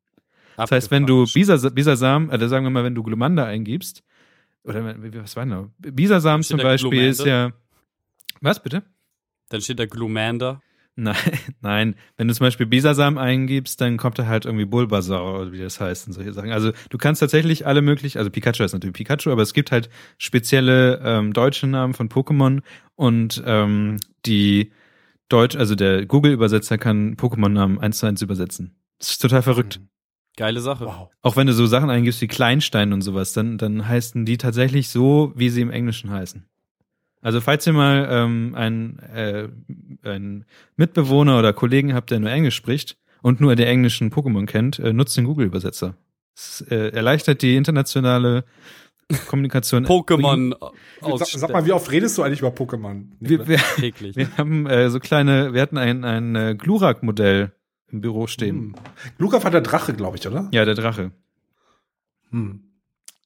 S2: Das heißt, wenn du Bisas- Bisasam, oder sagen wir mal, wenn du Glumanda eingibst, oder wie- was war denn da? Bisasam
S4: Steht
S2: zum
S4: da
S2: Beispiel ist ja. Was bitte?
S4: Dann steht da Glumander.
S2: (laughs) Nein, nein. Wenn du zum Beispiel Bisasam eingibst, dann kommt da halt irgendwie Bulbasaur oder wie das heißt und solche Sachen. Also du kannst tatsächlich alle möglichen, also Pikachu ist natürlich Pikachu, aber es gibt halt spezielle ähm, deutsche Namen von Pokémon und ähm, die Deutsch, also der Google-Übersetzer kann Pokémon-Namen eins zu eins übersetzen. Das ist total verrückt.
S4: Geile Sache.
S3: Wow.
S2: Auch wenn du so Sachen eingibst wie Kleinstein und sowas, dann, dann heißen die tatsächlich so, wie sie im Englischen heißen. Also falls ihr mal ähm, einen, äh, einen Mitbewohner oder Kollegen habt, der nur Englisch spricht und nur die englischen Pokémon kennt, äh, nutzt den Google-Übersetzer. Es äh, erleichtert die internationale Kommunikation.
S4: (laughs) Pokémon
S3: Sag,
S4: aus
S3: sag mal, ne, wie oft redest du eigentlich über Pokémon?
S2: Wir, wir,
S4: täglich.
S2: wir haben äh, so kleine, wir hatten ein, ein äh, Glurak-Modell im Büro stehen.
S3: Hm. Luca war der Drache, glaube ich, oder?
S2: Ja, der Drache.
S3: Hm.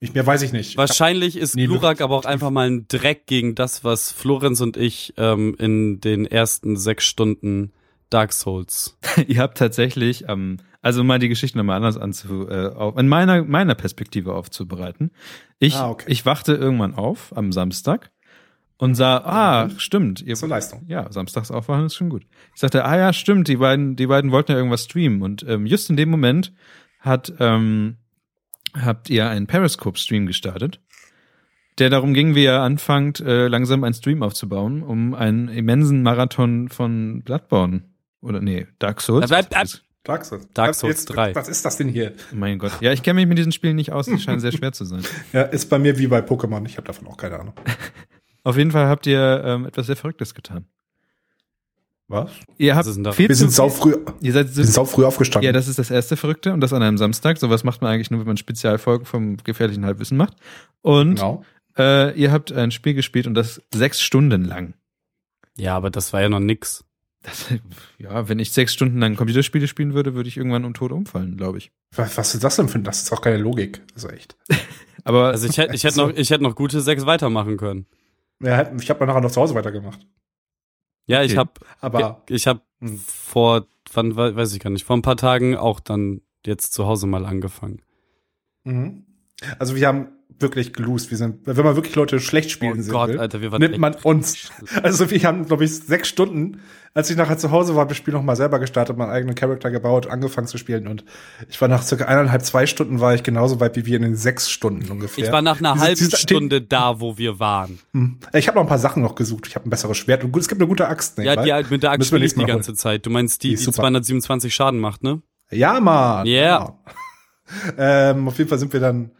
S3: Ich, mehr weiß ich nicht.
S4: Wahrscheinlich ist
S3: Nee,
S4: Glurak aber auch einfach mal ein Dreck gegen das, was Florenz und ich ähm, in den ersten sechs Stunden Dark Souls.
S2: (laughs) ihr habt tatsächlich, ähm, also um mal die Geschichte nochmal anders anzu, äh, auf, in meiner, meiner Perspektive aufzubereiten. Ich,
S3: Ah, okay.
S2: ich wachte irgendwann auf am Samstag und sah, ah, stimmt. Ihr,
S3: Zur Leistung.
S2: Ja, samstags aufwachen ist schon gut. Ich sagte, ah ja, stimmt, die beiden, die beiden wollten ja irgendwas streamen. Und ähm, just in dem Moment hat, ähm, habt ihr einen Periscope-Stream gestartet, der darum ging, wie ihr anfangt, äh, langsam einen Stream aufzubauen, um einen immensen Marathon von Bloodborne oder nee, Dark Souls.
S4: Ab- ab-
S3: Dark Souls.
S4: Dark Souls
S3: Jetzt-
S4: 3.
S3: Was ist das denn hier?
S2: Mein Gott. Ja, ich kenne mich mit diesen Spielen nicht aus, die scheinen sehr schwer zu sein.
S3: Ja, ist bei mir wie bei Pokémon. Ich habe davon auch keine Ahnung.
S2: Auf jeden Fall habt ihr ähm, etwas sehr Verrücktes getan.
S3: Was?
S2: Ihr habt
S4: Was ist denn da-
S2: viel
S3: Wir sind
S2: zu-
S3: sau früh,
S2: ihr seid so,
S3: wir sind sau früh aufgestanden.
S2: Ja, das ist das erste Verrückte und das an einem Samstag. Sowas macht man eigentlich nur, wenn man Spezialfolgen vom gefährlichen Halbwissen macht. Und
S3: genau.
S2: äh, ihr habt ein Spiel gespielt und das sechs Stunden lang.
S4: Ja, aber das war ja noch nix.
S2: Das, ja, wenn ich sechs Stunden lang Computerspiele spielen würde, würde ich irgendwann um Tod umfallen, glaube ich.
S3: Was, was ist das denn für ein? Das ist auch keine Logik. Also echt.
S2: Aber
S4: Also ich hätte (laughs) ich hätt noch, ich hätt noch gute sechs weitermachen können.
S3: Ja, ich habe nachher noch zu Hause weitergemacht.
S4: Ja, ich
S2: Okay.
S4: hab,
S3: Aber
S4: ich hab
S3: Hm.
S4: vor, wann we- weiß ich gar nicht, vor ein paar Tagen auch dann jetzt zu Hause mal angefangen.
S3: mhm. also wir haben wirklich gelost. Wir sind, wenn man wirklich Leute schlecht spielen sehen will,
S4: Oh Alter, wir waren
S3: nimmt
S4: echt-
S3: man uns. Also wir haben, glaube ich, sechs Stunden, als ich nachher zu Hause war, hab ich das Spiel nochmal selber gestartet, meinen eigenen Charakter gebaut, angefangen zu spielen und ich war nach circa eineinhalb, zwei Stunden war ich genauso weit wie wir in den sechs Stunden ungefähr.
S4: Ich war nach einer
S3: Diese-
S4: halben
S3: diese-
S4: Stunde da, wo wir waren.
S3: Hm. Ich habe noch ein paar Sachen noch gesucht. Ich habe ein besseres Schwert und gut, es gibt eine gute Axt.
S4: Ja,
S3: nebenbei.
S4: die halt mit der Axt
S3: Müssen wir
S4: spiele ich
S3: nächstes
S4: die
S3: Mal
S4: ganze Zeit. Du meinst die,
S3: Die
S4: die,
S3: ist super.
S4: 227 Schaden macht, ne?
S3: Ja, Mann.
S4: Yeah.
S3: Genau. (laughs) ähm, auf jeden Fall sind wir dann.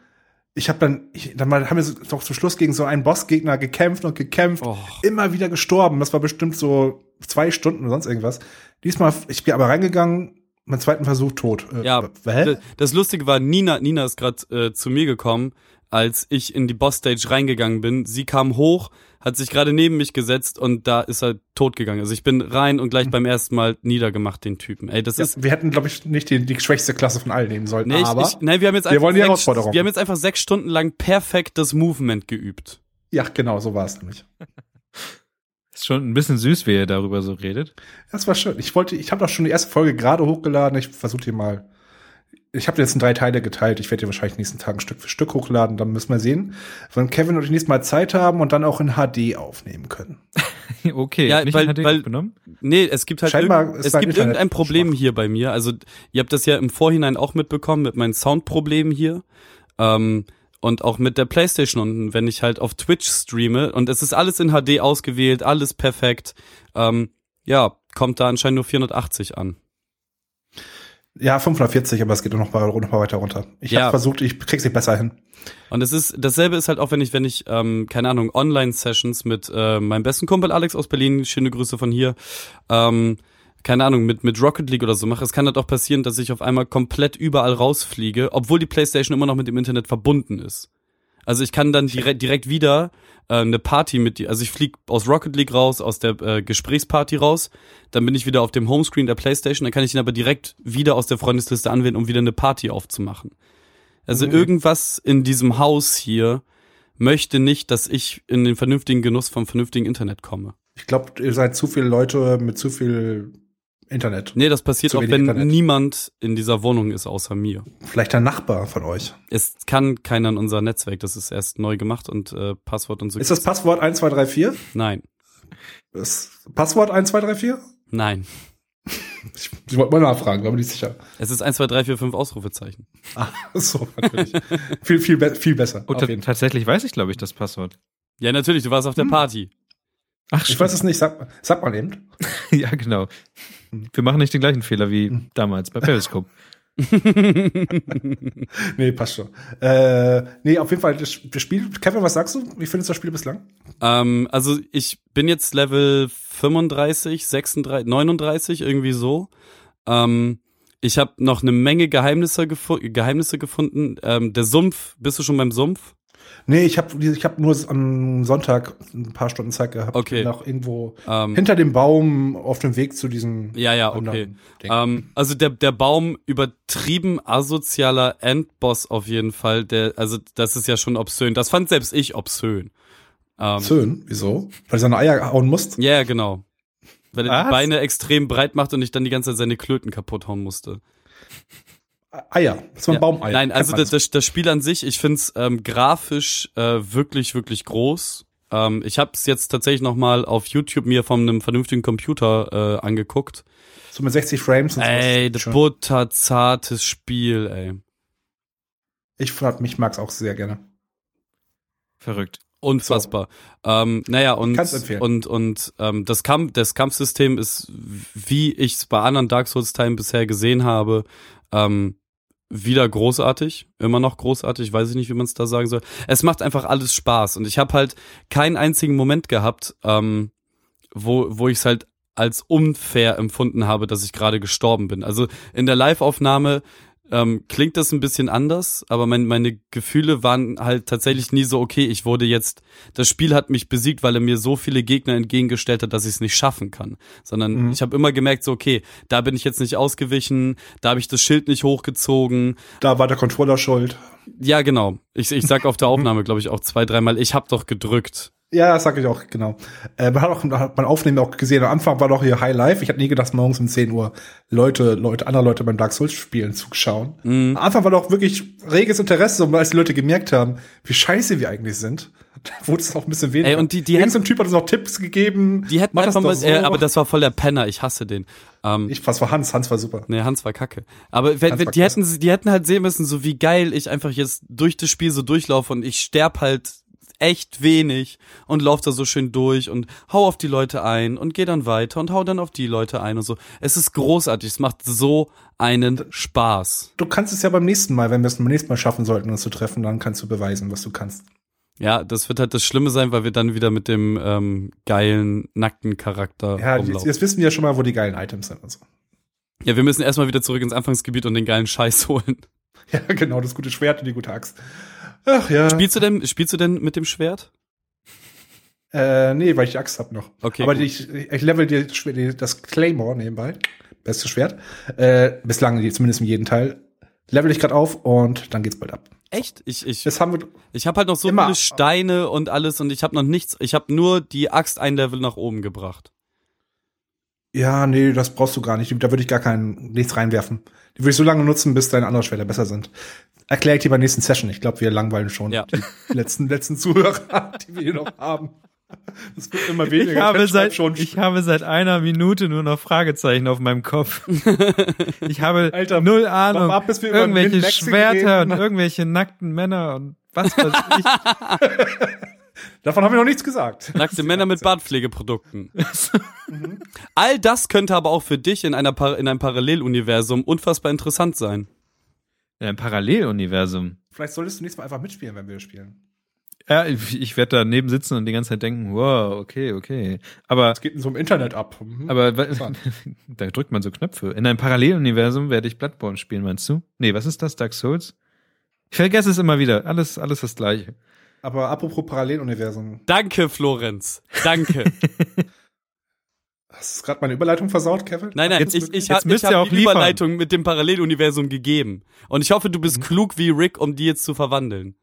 S3: Ich habe dann, ich, dann mal, haben wir so, doch zum Schluss gegen so einen Bossgegner gekämpft und gekämpft,
S4: Oh.
S3: immer wieder gestorben. Das war bestimmt so zwei Stunden oder sonst irgendwas. Diesmal, ich bin aber reingegangen, mein zweiten Versuch tot. Äh,
S4: Ja,
S3: hä?
S4: D- Das Lustige war, Nina, Nina ist gerade äh, zu mir gekommen, als ich in die Boss-Stage reingegangen bin. Sie kam hoch, hat sich gerade neben mich gesetzt und da ist er tot gegangen. Also ich bin rein und gleich beim ersten Mal niedergemacht, den Typen. Ey, das
S3: Hm. Ja,
S4: ist.
S3: wir hätten, glaube ich, nicht die, die schwächste Klasse von allen nehmen sollen.
S4: Nee,
S3: aber
S4: ich, ich, nein, wir haben jetzt
S3: wir wollen die
S4: sechs,
S3: Herausforderung.
S4: Wir haben jetzt einfach sechs Stunden lang perfekt das Movement geübt.
S3: ja, genau, so war es nämlich.
S2: ist schon ein bisschen süß, wie ihr darüber so redet. (laughs)
S3: Das war schön. Ich wollte, ich habe doch schon die erste Folge gerade hochgeladen. Ich versuche die mal. Ich habe jetzt in drei Teile geteilt. Ich werde die wahrscheinlich in den nächsten Tagen Stück für Stück hochladen. Dann müssen wir sehen, wann Kevin und ich nächstes Mal Zeit haben und dann auch in HD aufnehmen können.
S2: Okay,
S4: Ja,
S2: nicht
S4: weil-
S2: hat er
S4: weil-
S2: genommen.
S4: Nee, es gibt halt
S3: Scheinbar
S4: irgend,
S3: ist
S4: es
S3: dein
S4: gibt
S3: Internet
S4: irgendein Problem
S3: schwach.
S4: hier bei mir. Also ihr habt das ja im Vorhinein auch mitbekommen mit meinen Soundproblemen hier ähm, und auch mit der PlayStation und wenn ich halt auf Twitch streame und es ist alles in HD ausgewählt, alles perfekt. Ähm, ja, kommt da anscheinend nur 480 an.
S3: Ja, 540, aber es geht noch mal, noch mal weiter runter. Ich
S4: Ja.
S3: habe versucht, ich krieg's nicht besser hin.
S4: Und es ist dasselbe ist halt auch, wenn ich, wenn ich, ähm, keine Ahnung, Online-Sessions mit äh, meinem besten Kumpel Alex aus Berlin, schöne Grüße von hier, ähm, keine Ahnung, mit, mit Rocket League oder so mache. Es kann halt auch passieren, dass ich auf einmal komplett überall rausfliege, obwohl die Playstation immer noch mit dem Internet verbunden ist. Also ich kann dann direkt, direkt wieder äh, eine Party mit dir. Also ich fliege aus Rocket League raus, aus der äh, Gesprächsparty raus, dann bin ich wieder auf dem Homescreen der Playstation, dann kann ich ihn aber direkt wieder aus der Freundesliste anwählen, um wieder eine Party aufzumachen. Also
S3: Mhm.
S4: irgendwas in diesem Haus hier möchte nicht, dass ich in den vernünftigen Genuss vom vernünftigen Internet komme.
S3: Ich glaube, ihr seid zu viele Leute mit zu viel Internet.
S4: Nee, das passiert
S3: Zu
S4: auch,
S3: wenig
S4: wenn
S3: Internet.
S4: niemand in dieser Wohnung ist außer mir.
S3: Vielleicht ein Nachbar von euch.
S4: Es kann keiner in unser Netzwerk, das ist erst neu gemacht und äh, Passwort und so.
S3: Ist das Passwort 1234?
S4: nein,
S3: Das Passwort 1234?
S4: nein.
S3: Ich, ich wollte mal nachfragen, war mir nicht sicher.
S4: Es ist 1, 2, 3, 4, 5 Ausrufezeichen.
S3: Ah, (laughs) so, natürlich. viel, viel, be viel besser.
S2: Oh,
S3: auf
S2: ta-
S3: jeden Fall.
S2: tatsächlich weiß ich, glaube ich, das Passwort.
S4: Ja, natürlich, du warst auf der
S3: Hm. (laughs)
S4: Party.
S2: Ach,
S3: Ich weiß es nicht, sag, sag mal (laughs) eben.
S2: (laughs) ja, genau. Wir machen nicht den gleichen Fehler wie
S3: Mhm.
S2: damals bei Periscope.
S3: Nee, passt schon. Äh, nee, auf jeden Fall, das Spiel, Kevin, was sagst du? Wie findest du das Spiel bislang?
S4: Ähm, also ich bin jetzt Level 35, 36, 39, irgendwie so. Ähm, ich habe noch eine Menge Geheimnisse, gefu Geheimnisse gefunden. Ähm, der Sumpf, bist du schon beim Sumpf?
S3: Nee, ich habe ich hab nur am Sonntag ein paar Stunden Zeit gehabt.
S4: Okay.
S3: Nach irgendwo
S4: Ähm,
S3: hinter dem Baum auf dem Weg zu diesem.
S4: ja, ja, okay.
S3: anderen Ding.
S4: Ähm, also der, der Baum übertrieben asozialer Endboss auf jeden Fall. Der, also das ist ja schon obszön. Das fand selbst ich obszön. Ähm,
S3: Schön, wieso? Weil du seine Eier hauen musst?
S4: Ja, ja, genau. Weil er die
S2: Was?
S4: Beine extrem breit macht und ich dann die ganze Zeit seine Klöten kaputt hauen musste.
S3: Eier. Das waren
S4: Ja.
S3: Baumeier.
S4: Nein,
S3: Kennt
S4: also
S3: man
S4: das, das, das Spiel an sich, ich find's ähm, grafisch äh, wirklich, wirklich groß. Ähm, ich hab's jetzt tatsächlich nochmal auf YouTube mir von einem vernünftigen Computer äh, angeguckt.
S3: So mit 60 Frames und sowas.
S4: Ey, das
S3: Schön.
S4: butterzartes Spiel, ey.
S3: Ich frag mich, mag's auch sehr gerne.
S2: Verrückt.
S4: Unfassbar. Ähm, naja, und,
S3: Kann's empfehlen.
S4: und, und ähm, das, Kampf, das Kampfsystem ist, wie ich es bei anderen Dark Souls-Teilen bisher gesehen habe, ähm, wieder großartig, immer noch großartig, weiß ich nicht, wie man es da sagen soll. Es macht einfach alles Spaß und ich habe halt keinen einzigen Moment gehabt, ähm, wo, wo ich es halt als unfair empfunden habe, dass ich gerade gestorben bin. Also in der Live-Aufnahme ähm, klingt das ein bisschen anders, aber mein, meine Gefühle waren halt tatsächlich nie so, okay, ich wurde jetzt, das Spiel hat mich besiegt, weil er mir so viele Gegner entgegengestellt hat, dass ich es nicht schaffen kann. Sondern
S3: Mhm.
S4: ich habe immer gemerkt, so, okay, da bin ich jetzt nicht ausgewichen, da habe ich das Schild nicht hochgezogen,
S3: Da war der Controller schuld.
S4: ja, genau. Ich, ich sag
S3: (laughs)
S4: auf der Aufnahme, glaube ich, auch zwei, dreimal, ich hab doch gedrückt.
S3: Ja, das sag ich auch, genau. Äh, man hat auch hat mein Aufnehmen auch gesehen. Am Anfang war doch hier High Life. Ich hatte nie gedacht, morgens um 10 Uhr Leute, Leute, andere Leute beim Dark Souls Spielen zuzuschauen.
S4: Mhm.
S3: Am Anfang war doch wirklich reges Interesse, und als die Leute gemerkt haben, wie scheiße wir eigentlich sind. (laughs) Da wurde es auch ein bisschen weniger.
S4: Ey, und die- die
S3: Irgend so ein Typ hat uns noch Tipps gegeben.
S4: Die hätten
S3: Mach
S4: einfach
S3: das doch
S4: mal,
S3: so.
S4: äh, aber das war voll der Penner, ich hasse den. Ähm,
S3: ich, was war Hans? Hans war super.
S4: nee, Hans war kacke. Aber wenn,
S3: Hans
S4: wenn,
S3: war kacke.
S4: die, hätten, sie- die hätten halt sehen müssen, so wie geil ich einfach jetzt durch das Spiel so durchlaufe und ich sterb halt echt wenig und lauf da so schön durch und hau auf die Leute ein und geh dann weiter und hau dann auf die Leute ein und so. Es ist großartig, es macht so einen Spaß.
S3: Du kannst es ja beim nächsten Mal, wenn wir es beim nächsten Mal schaffen sollten, uns zu treffen, dann kannst du beweisen, was du kannst.
S4: Ja, das wird halt das Schlimme sein, weil wir dann wieder mit dem ähm, geilen, nackten Charakter
S3: Ja, jetzt,
S4: rumlaufen.
S3: jetzt wissen wir ja schon mal, wo die geilen Items sind und so. (laughs)
S4: Ja, wir müssen erstmal wieder zurück ins Anfangsgebiet und den geilen Scheiß holen.
S3: Ja, genau, das gute Schwert und die gute Axt. Ach ja.
S4: Spielst du denn, spielst du denn mit dem Schwert?
S3: Äh, nee, weil ich die Axt hab noch.
S4: Okay,
S3: Aber
S4: gut.
S3: ich, ich level dir das Schwert- die- das Claymore nebenbei. Bestes Schwert. Äh, bislang, zumindest in jedem Teil. Level ich gerade auf und dann geht's bald ab.
S4: Echt? Ich, ich,
S3: Das haben wir.
S4: ich habe halt noch so
S3: Immer.
S4: viele Steine und alles und ich habe noch nichts. Ich habe nur die Axt ein Level nach oben gebracht.
S3: Ja, nee, das brauchst du gar nicht. Da würde ich gar keinen nichts reinwerfen. Die würde ich so lange nutzen, bis deine anderen Schwerter besser sind. Erkläre (laughs) ich dir bei der nächsten Session. Ich glaube, wir langweilen schon
S4: Ja.
S3: die letzten, letzten Zuhörer, die wir hier noch haben. Das wird immer
S2: Ich
S3: weniger.
S2: habe,
S3: Ketchup
S2: seit,
S3: schon.
S2: ich habe seit einer Minute nur noch Fragezeichen auf meinem
S3: (laughs)
S2: Kopf. Ich habe
S3: Alter,
S2: null
S3: warte
S2: Ahnung.
S3: ab, bis wir über
S2: irgendwelche
S3: Min Maxi
S2: Schwerter
S3: reden.
S2: und irgendwelche nackten Männer und was weiß
S3: (laughs)
S2: ich.
S3: Davon haben wir noch nichts gesagt. (laughs)
S4: Nackte Männer mit Bartpflegeprodukten.
S3: Mhm.
S4: All das könnte aber auch für dich in, einer Par in einem Paralleluniversum unfassbar interessant sein.
S2: In einem Paralleluniversum.
S3: Vielleicht solltest du nächstes Mal einfach mitspielen, wenn wir spielen.
S2: Ja, ich, ich werde daneben sitzen und die ganze Zeit denken, wow, okay, okay. Aber,
S3: Es geht in so einem Internet ab. Mhm.
S2: aber wa- (laughs) da drückt man so Knöpfe. In einem Paralleluniversum werde ich Bloodborne spielen, meinst du? Nee, was ist das, Dark Souls? Ich vergesse es immer wieder. Alles, alles das Gleiche.
S3: Aber apropos Paralleluniversum.
S4: Danke, Florenz.
S3: (laughs)
S4: Danke.
S3: Hast du gerade meine Überleitung versaut, Kevin?
S4: Nein, nein,
S2: Jetzt-
S4: ich, ich,
S2: jetzt
S4: hab- ich
S2: müsst ihr
S4: habe
S2: auch
S4: die
S2: liefern.
S4: Überleitung mit dem Paralleluniversum gegeben. Und ich hoffe, du
S3: Mhm.
S4: bist klug wie Rick, um die jetzt zu verwandeln.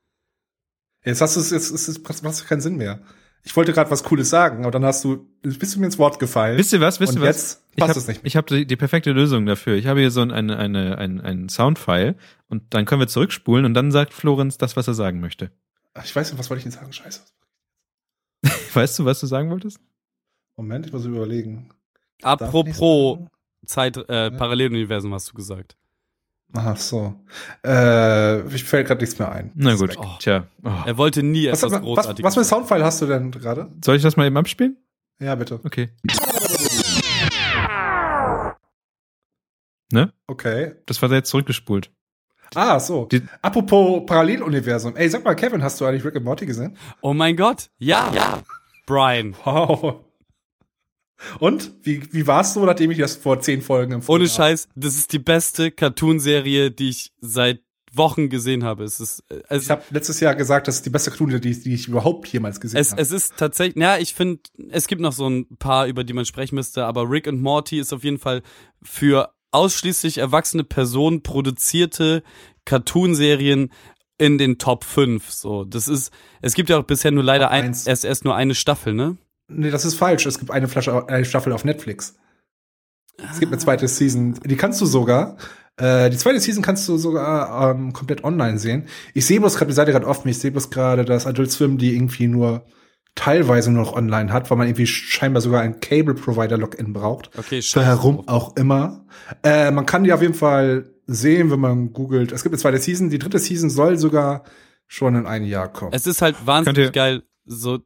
S3: Jetzt hast du es, jetzt ist es, macht keinen Sinn mehr. Ich wollte gerade was Cooles sagen, aber dann hast du, bist du mir ins Wort gefallen.
S2: Wisst ihr was? Wisst
S3: Und
S2: ihr was?
S3: jetzt
S2: ich
S3: passt
S2: hab-
S3: es nicht mehr.
S2: Ich habe die, die perfekte Lösung dafür. Ich habe hier so ein, eine, eine, ein, ein Soundfile und dann können wir zurückspulen und dann sagt Florenz das, was er sagen möchte. (laughs)
S3: Ach, ich weiß nicht, was wollte ich denn sagen? Scheiße.
S2: Weißt du, was du sagen wolltest?
S3: Moment, ich muss überlegen. Darf ich nicht
S4: Apropos
S3: sagen?
S4: Zeit, äh, Paralleluniversum hast du gesagt.
S3: Ach so. Äh, ich fällt gerade nichts mehr ein.
S2: Na
S3: Ist
S2: gut,
S3: weg.
S4: Oh.
S2: tja. Oh.
S4: Er wollte nie
S3: Was,
S4: etwas
S3: was, was,
S4: Großartiges.
S3: was für ein Soundfile hast du denn gerade?
S2: Soll ich das mal eben abspielen?
S3: Ja, bitte.
S2: Okay.
S3: Okay.
S2: Das war jetzt zurückgespult. (laughs)
S3: Ah, so.
S2: Die-
S3: Apropos Paralleluniversum. Ey, sag mal, Kevin, hast du eigentlich Rick and Morty gesehen?
S4: oh mein Gott, ja, ja. Brian,
S3: Wow. Und? Wie, wie war's so, nachdem ich das vor zehn Folgen empfohlen
S4: ohne
S3: habe?
S4: Scheiß, das ist die beste Cartoonserie, die ich seit Wochen gesehen habe. Es ist, äh, es,
S3: Ich habe letztes Jahr gesagt, das ist die beste Cartoon, die, die ich überhaupt jemals gesehen
S4: es,
S3: habe.
S4: es ist tatsächlich, na, ich finde, es gibt noch so ein paar, über die man sprechen müsste, aber Rick und Morty ist auf jeden Fall für ausschließlich erwachsene Personen produzierte Cartoonserien in den Top 5. So, das ist, es gibt ja auch bisher nur leider
S3: Top
S4: ein,
S3: eins.
S4: erst, erst nur eine Staffel, ne?
S3: Nee, das ist falsch. Es gibt eine, Flasche, eine Staffel auf Netflix. Es gibt eine zweite Season. Die kannst du sogar. Äh, die zweite Season kannst du sogar ähm, komplett online sehen. Ich sehe bloß gerade, die Seite gerade offen, ich sehe bloß gerade, dass Adult Swim die irgendwie nur teilweise nur noch online hat, weil man irgendwie scheinbar sogar einen Cable-Provider-Login braucht.
S4: Okay,
S3: Warum auch immer. Äh, man kann die auf jeden Fall sehen, wenn man googelt. Es gibt eine zweite Season. Die dritte Season soll sogar schon in ein Jahr kommen.
S4: Es ist halt wahnsinnig
S2: Könnt ihr-
S4: geil. So, d-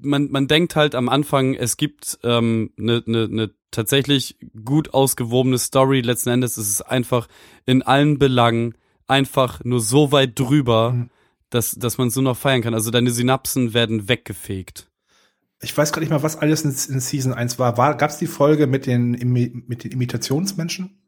S4: man, man denkt halt am Anfang, es gibt eine ähm, ne, ne, ne tatsächlich gut ausgewobene Story. Letzten Endes ist es einfach in allen Belangen einfach nur so weit drüber,
S3: Mhm.
S4: dass, dass man es nur noch feiern kann. Also deine Synapsen werden weggefegt.
S3: Ich weiß gerade nicht mal, was alles in, in Season 1 war. war Gab es die Folge mit den, Imi mit den Imitationsmenschen?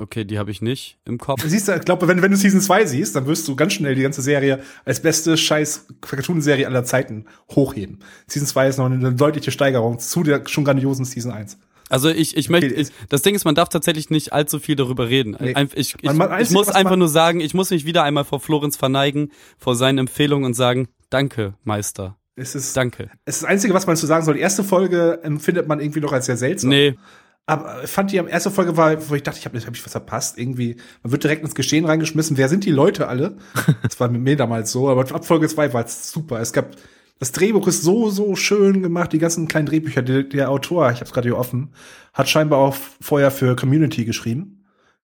S4: Okay, die habe ich nicht im Kopf.
S3: Siehst du, ich glaube, wenn, wenn du Season 2 siehst, dann wirst du ganz schnell die ganze Serie als beste scheiß Cartoon-Serie aller Zeiten hochheben. Season 2 ist noch eine, deutliche Steigerung zu der schon grandiosen Season 1.
S4: Also ich, ich möchte, ich,
S3: ist-
S4: das Ding ist, man darf tatsächlich nicht allzu viel darüber reden.
S3: Nee.
S4: Einf- ich, ich,
S3: Man- man-
S4: ich
S3: einzig,
S4: muss
S3: was
S4: einfach
S3: man-
S4: nur sagen, ich muss mich wieder einmal vor Florenz verneigen, vor seinen Empfehlungen und sagen, danke, Meister,
S3: Es ist, es
S4: danke.
S3: ist das Einzige, was man zu sagen soll. Die erste Folge empfindet man irgendwie noch als sehr seltsam.
S4: Nee,
S3: Aber ich fand die am ersten Folge war, wo ich dachte, ich habe hab ich was verpasst. Irgendwie, man wird direkt ins Geschehen reingeschmissen. Wer sind die Leute alle? Das war mit mir damals so, aber ab Folge 2 war es super. Es gab, das Drehbuch ist so, so schön gemacht. Die ganzen kleinen Drehbücher, der, der Autor, ich habe es gerade hier offen, hat scheinbar auch vorher für Community geschrieben,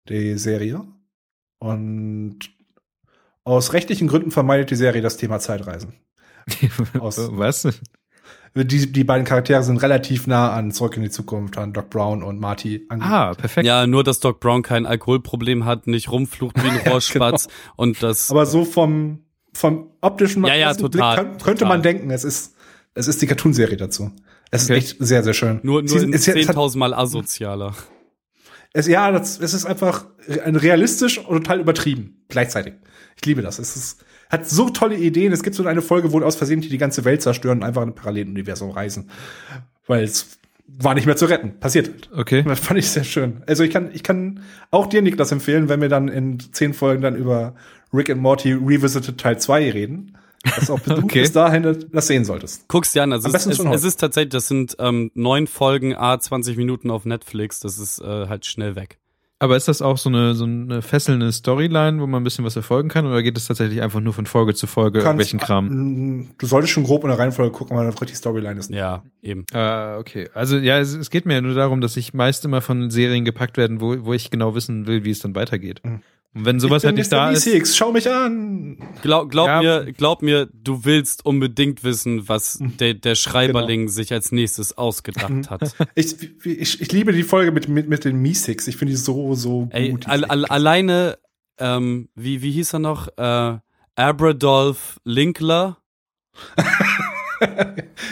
S3: die Serie. Und aus rechtlichen Gründen vermeidet die Serie das Thema Zeitreisen. Aus-
S2: was?
S3: Die, die beiden Charaktere sind relativ nah an Zurück in die Zukunft, an Doc Brown und Marty angekommen.
S2: Ah, perfekt.
S4: ja, nur dass Doc Brown kein Alkoholproblem hat, nicht
S3: (laughs)
S4: rumflucht wie ein Rohrspatz und das.
S3: genau. Aber so vom, vom optischen
S4: Ja, ja,
S3: ersten
S4: total,
S3: könnt- könnte
S4: total.
S3: man denken, es ist, es ist die Cartoonserie dazu. Es ist
S2: Okay.
S3: echt sehr, sehr schön.
S4: nur nur
S3: Sie-
S4: in
S3: es, es, hat,
S4: 10.000 Mal asozialer.
S3: es, ja, das, es ist einfach ein realistisch und total übertrieben. Gleichzeitig. Ich liebe das. Es ist, hat so tolle Ideen. Es gibt so eine Folge, wo aus Versehen die die ganze Welt zerstören und einfach in ein Paralleluniversum reisen. Weil es war nicht mehr zu retten. Passiert halt.
S2: Okay.
S3: (laughs) Das fand ich sehr schön. Also ich kann, ich kann auch dir, Niklas, empfehlen, wenn wir dann in zehn Folgen dann über Rick and Morty Revisited Teil 2 reden, dass
S2: (laughs)
S3: auch du
S2: Okay.
S3: bis dahin das sehen solltest.
S4: Guck's dir an, also
S3: Am
S4: es,
S3: besten
S4: es,
S3: schon heute.
S4: es ist tatsächlich, das sind ähm, neun Folgen, a 20 Minuten auf Netflix, das ist äh, halt schnell weg.
S2: Aber ist das auch so eine, so eine fesselnde Storyline, wo man ein bisschen was erfolgen kann? Oder geht es tatsächlich einfach nur von Folge zu Folge,
S3: kannst-
S2: welchen Kram?
S3: Mm, Du solltest schon grob in der Reihenfolge gucken, weil die Storyline ist.
S4: Ja, eben.
S2: Äh, okay. Also ja, es, es geht mir ja nur darum, dass ich meist immer von Serien gepackt werden, wo, wo ich genau wissen will, wie es dann weitergeht. Und wenn sowas halt
S3: bin
S2: nicht da
S3: Mhm. Mr.
S2: ist.
S3: B6, schau mich an.
S4: Glaub, glaub
S2: Ja.
S4: mir, glaub mir, du willst unbedingt
S3: (laughs)
S4: wissen, was der, der Schreiberling
S3: Genau.
S4: sich als nächstes
S3: (laughs)
S4: ausgedacht hat.
S3: Ich, ich, ich liebe die Folge mit, mit, mit den Meeseeks. Ich finde die so, so gut.
S4: Ey,
S3: die
S4: al al alleine, ähm, wie, wie hieß er noch? Äh, Abradolf Linkler.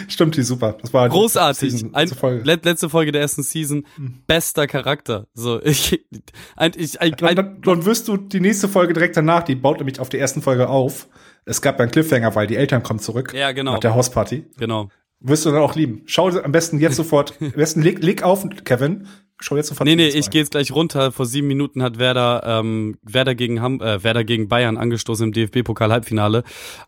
S3: Stimmt, die ist super. Das war die
S4: Großartig.
S3: Season-
S4: Ein,
S3: zur Folge. Mhm.
S4: let- letzte Folge der ersten Season. Bester Charakter. So, (laughs) ich, ein, ich, ein,
S3: Dann,
S4: ein,
S3: dann, dann wirst du die nächste Folge direkt danach, die baut nämlich auf der ersten Folge auf. Es gab einen Cliffhanger, weil die Eltern kommen zurück
S4: ja, genau.
S3: nach der Hausparty.
S4: Genau.
S3: Wirst du dann auch lieben. Schau am besten jetzt
S4: (laughs)
S3: sofort. am besten leg, leg auf, Kevin. Schau jetzt sofort.
S4: Nee,
S3: die
S4: nee,
S3: Season
S4: ich
S3: an.
S4: gehe jetzt gleich runter. Vor sieben Minuten hat Werder, ähm, Werder, gegen Ham äh, Werder gegen Bayern angestoßen im DFB-Pokal-Halbfinale.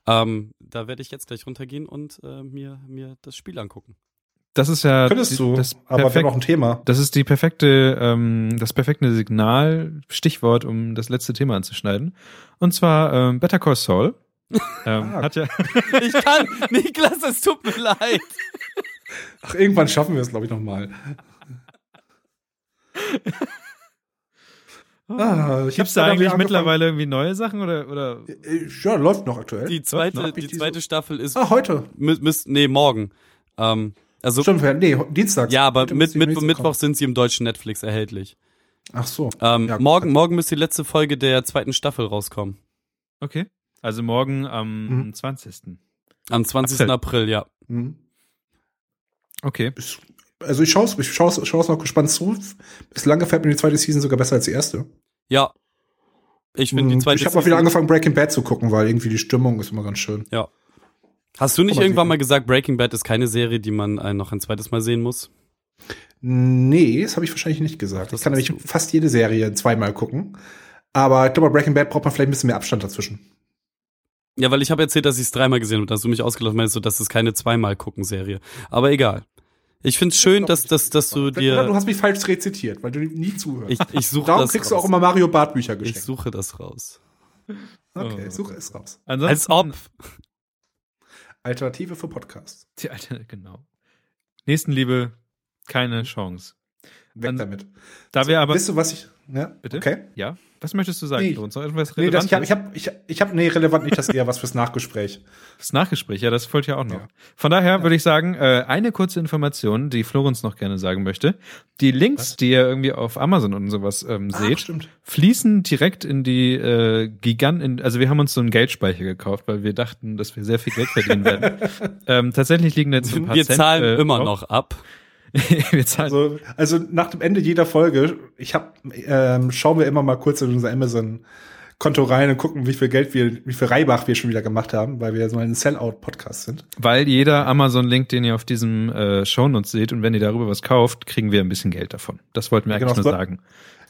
S4: Ähm, da werde ich jetzt gleich runtergehen und äh, mir, mir das Spiel angucken.
S2: Das ist ja die-
S3: Könntest du,
S2: das
S3: aber wir haben auch
S2: perfekte.
S3: ein Thema.
S2: Das ist die perfekte, ähm, das perfekte Signal, Stichwort, um das letzte Thema anzuschneiden. Und zwar ähm, Better Call
S3: (laughs)
S2: Saul. ähm,
S3: Ah.
S2: Hat ja
S4: (laughs) Ich (laughs) kann, Niklas, es tut mir leid.
S3: Ach, irgendwann schaffen wir es, glaube ich,
S4: (laughs)
S3: nochmal. ah,
S2: Gibt's da eigentlich mittlerweile irgendwie neue Sachen oder, oder
S3: mittlerweile. Äh, Ja, läuft noch aktuell.
S4: Die zweite,
S3: Hab ich
S4: die
S3: diese-
S4: zweite Staffel ist,
S3: ah, heute.
S4: mü müsst, nee, morgen. Ähm, also,
S3: Stimmt, ja, nee, Dienstag.
S4: ja, aber
S3: Heute
S4: mit,
S3: müsste die
S4: mit,
S3: nächste
S4: Mittwoch sind sie im deutschen Netflix erhältlich.
S3: kommen. Ach so.
S4: Ähm,
S3: Ja, gut.
S4: morgen, morgen müsste die letzte Folge der zweiten Staffel rauskommen.
S2: okay? Also morgen am 20.
S4: Am 20.
S2: April.
S4: April, ja.
S3: Mhm.
S2: Okay.
S3: Ich- Also ich schaue es ich schau's, ich schau's noch gespannt zu. Bislang gefällt mir die zweite Season sogar besser als die erste.
S4: Ja. Ich finde die
S3: Mhm.
S4: zweite
S3: ich habe auch wieder
S4: Season-
S3: angefangen, Breaking Bad zu gucken, weil irgendwie die Stimmung ist immer ganz schön.
S4: Ja. Hast du nicht
S3: Guck mal,
S4: irgendwann
S3: sie-
S4: mal gesagt, Breaking Bad ist keine Serie, die man äh, noch ein zweites Mal sehen muss?
S3: Nee, das habe ich wahrscheinlich nicht gesagt.
S4: Das
S3: ich kann
S4: hast
S3: nämlich fast jede Serie zweimal gucken. Aber ich glaube, bei Breaking Bad braucht man vielleicht ein bisschen mehr Abstand dazwischen.
S4: Ja, weil ich habe erzählt, dass ich es dreimal gesehen habe, dass du mich ausgelacht meinst, so dass es keine zweimal gucken Serie. Aber egal. Ich find's schön,
S3: doch
S4: dass,
S3: nicht
S4: dass, dass du
S3: Oder du
S4: dir
S3: hast mich falsch rezitiert, weil du nie zuhörst.
S4: ich, ich suche
S3: Darum
S4: das
S3: kriegst du
S4: raus.
S3: auch immer Mario Barth Bücher
S4: ich
S3: geschenkt.
S4: suche das raus.
S3: Okay,
S2: Oh.
S3: such es raus.
S2: Ansonsten,
S4: Als ob.
S3: Alternative für Podcasts.
S2: Die alte, genau. Nächstenliebe, keine Chance.
S3: Weg
S2: An-
S3: damit. Also,
S2: Da wir aber.
S3: Wisst du, was ich. Ja?
S2: Bitte?
S3: Okay.
S2: Ja? Was möchtest du sagen,
S3: Nee.
S2: Lorenz? Noch Irgendwas
S3: Nee, das,
S2: Relevantes?
S3: ich habe ich hab, ich, ich hab, nee, relevant nicht, das ist eher was fürs Nachgespräch.
S2: Das Nachgespräch, ja, das folgt ja auch noch.
S3: Ja.
S2: Von daher würde ich sagen, äh, eine kurze Information, die Florenz noch gerne sagen möchte. Die Links, die ihr irgendwie auf Amazon und sowas ähm,
S3: Ach,
S2: seht,
S3: Ah, stimmt.
S2: fließen direkt in die äh, Gigant, in, also wir haben uns so einen Geldspeicher gekauft, weil wir dachten, dass wir sehr viel Geld verdienen
S3: (laughs)
S2: werden. ähm, tatsächlich liegen da jetzt so ein paar
S4: Wir
S2: Cent,
S4: zahlen
S2: äh,
S4: immer
S2: drauf.
S4: noch ab.
S2: wir zahlen
S3: Also, also nach dem Ende jeder Folge, ich hab, ähm, schauen wir immer mal kurz in unser Amazon-Konto rein und gucken, wie viel Geld wir, wie viel Reibach wir schon wieder gemacht haben, weil wir so ein Sellout-Podcast sind.
S2: Weil jeder Amazon-Link, den ihr auf diesem äh, Shownotes seht und wenn ihr darüber was kauft, kriegen wir ein bisschen Geld davon. Das wollten wir
S3: Ja,
S2: eigentlich
S3: genau,
S2: nur
S3: so-
S2: sagen.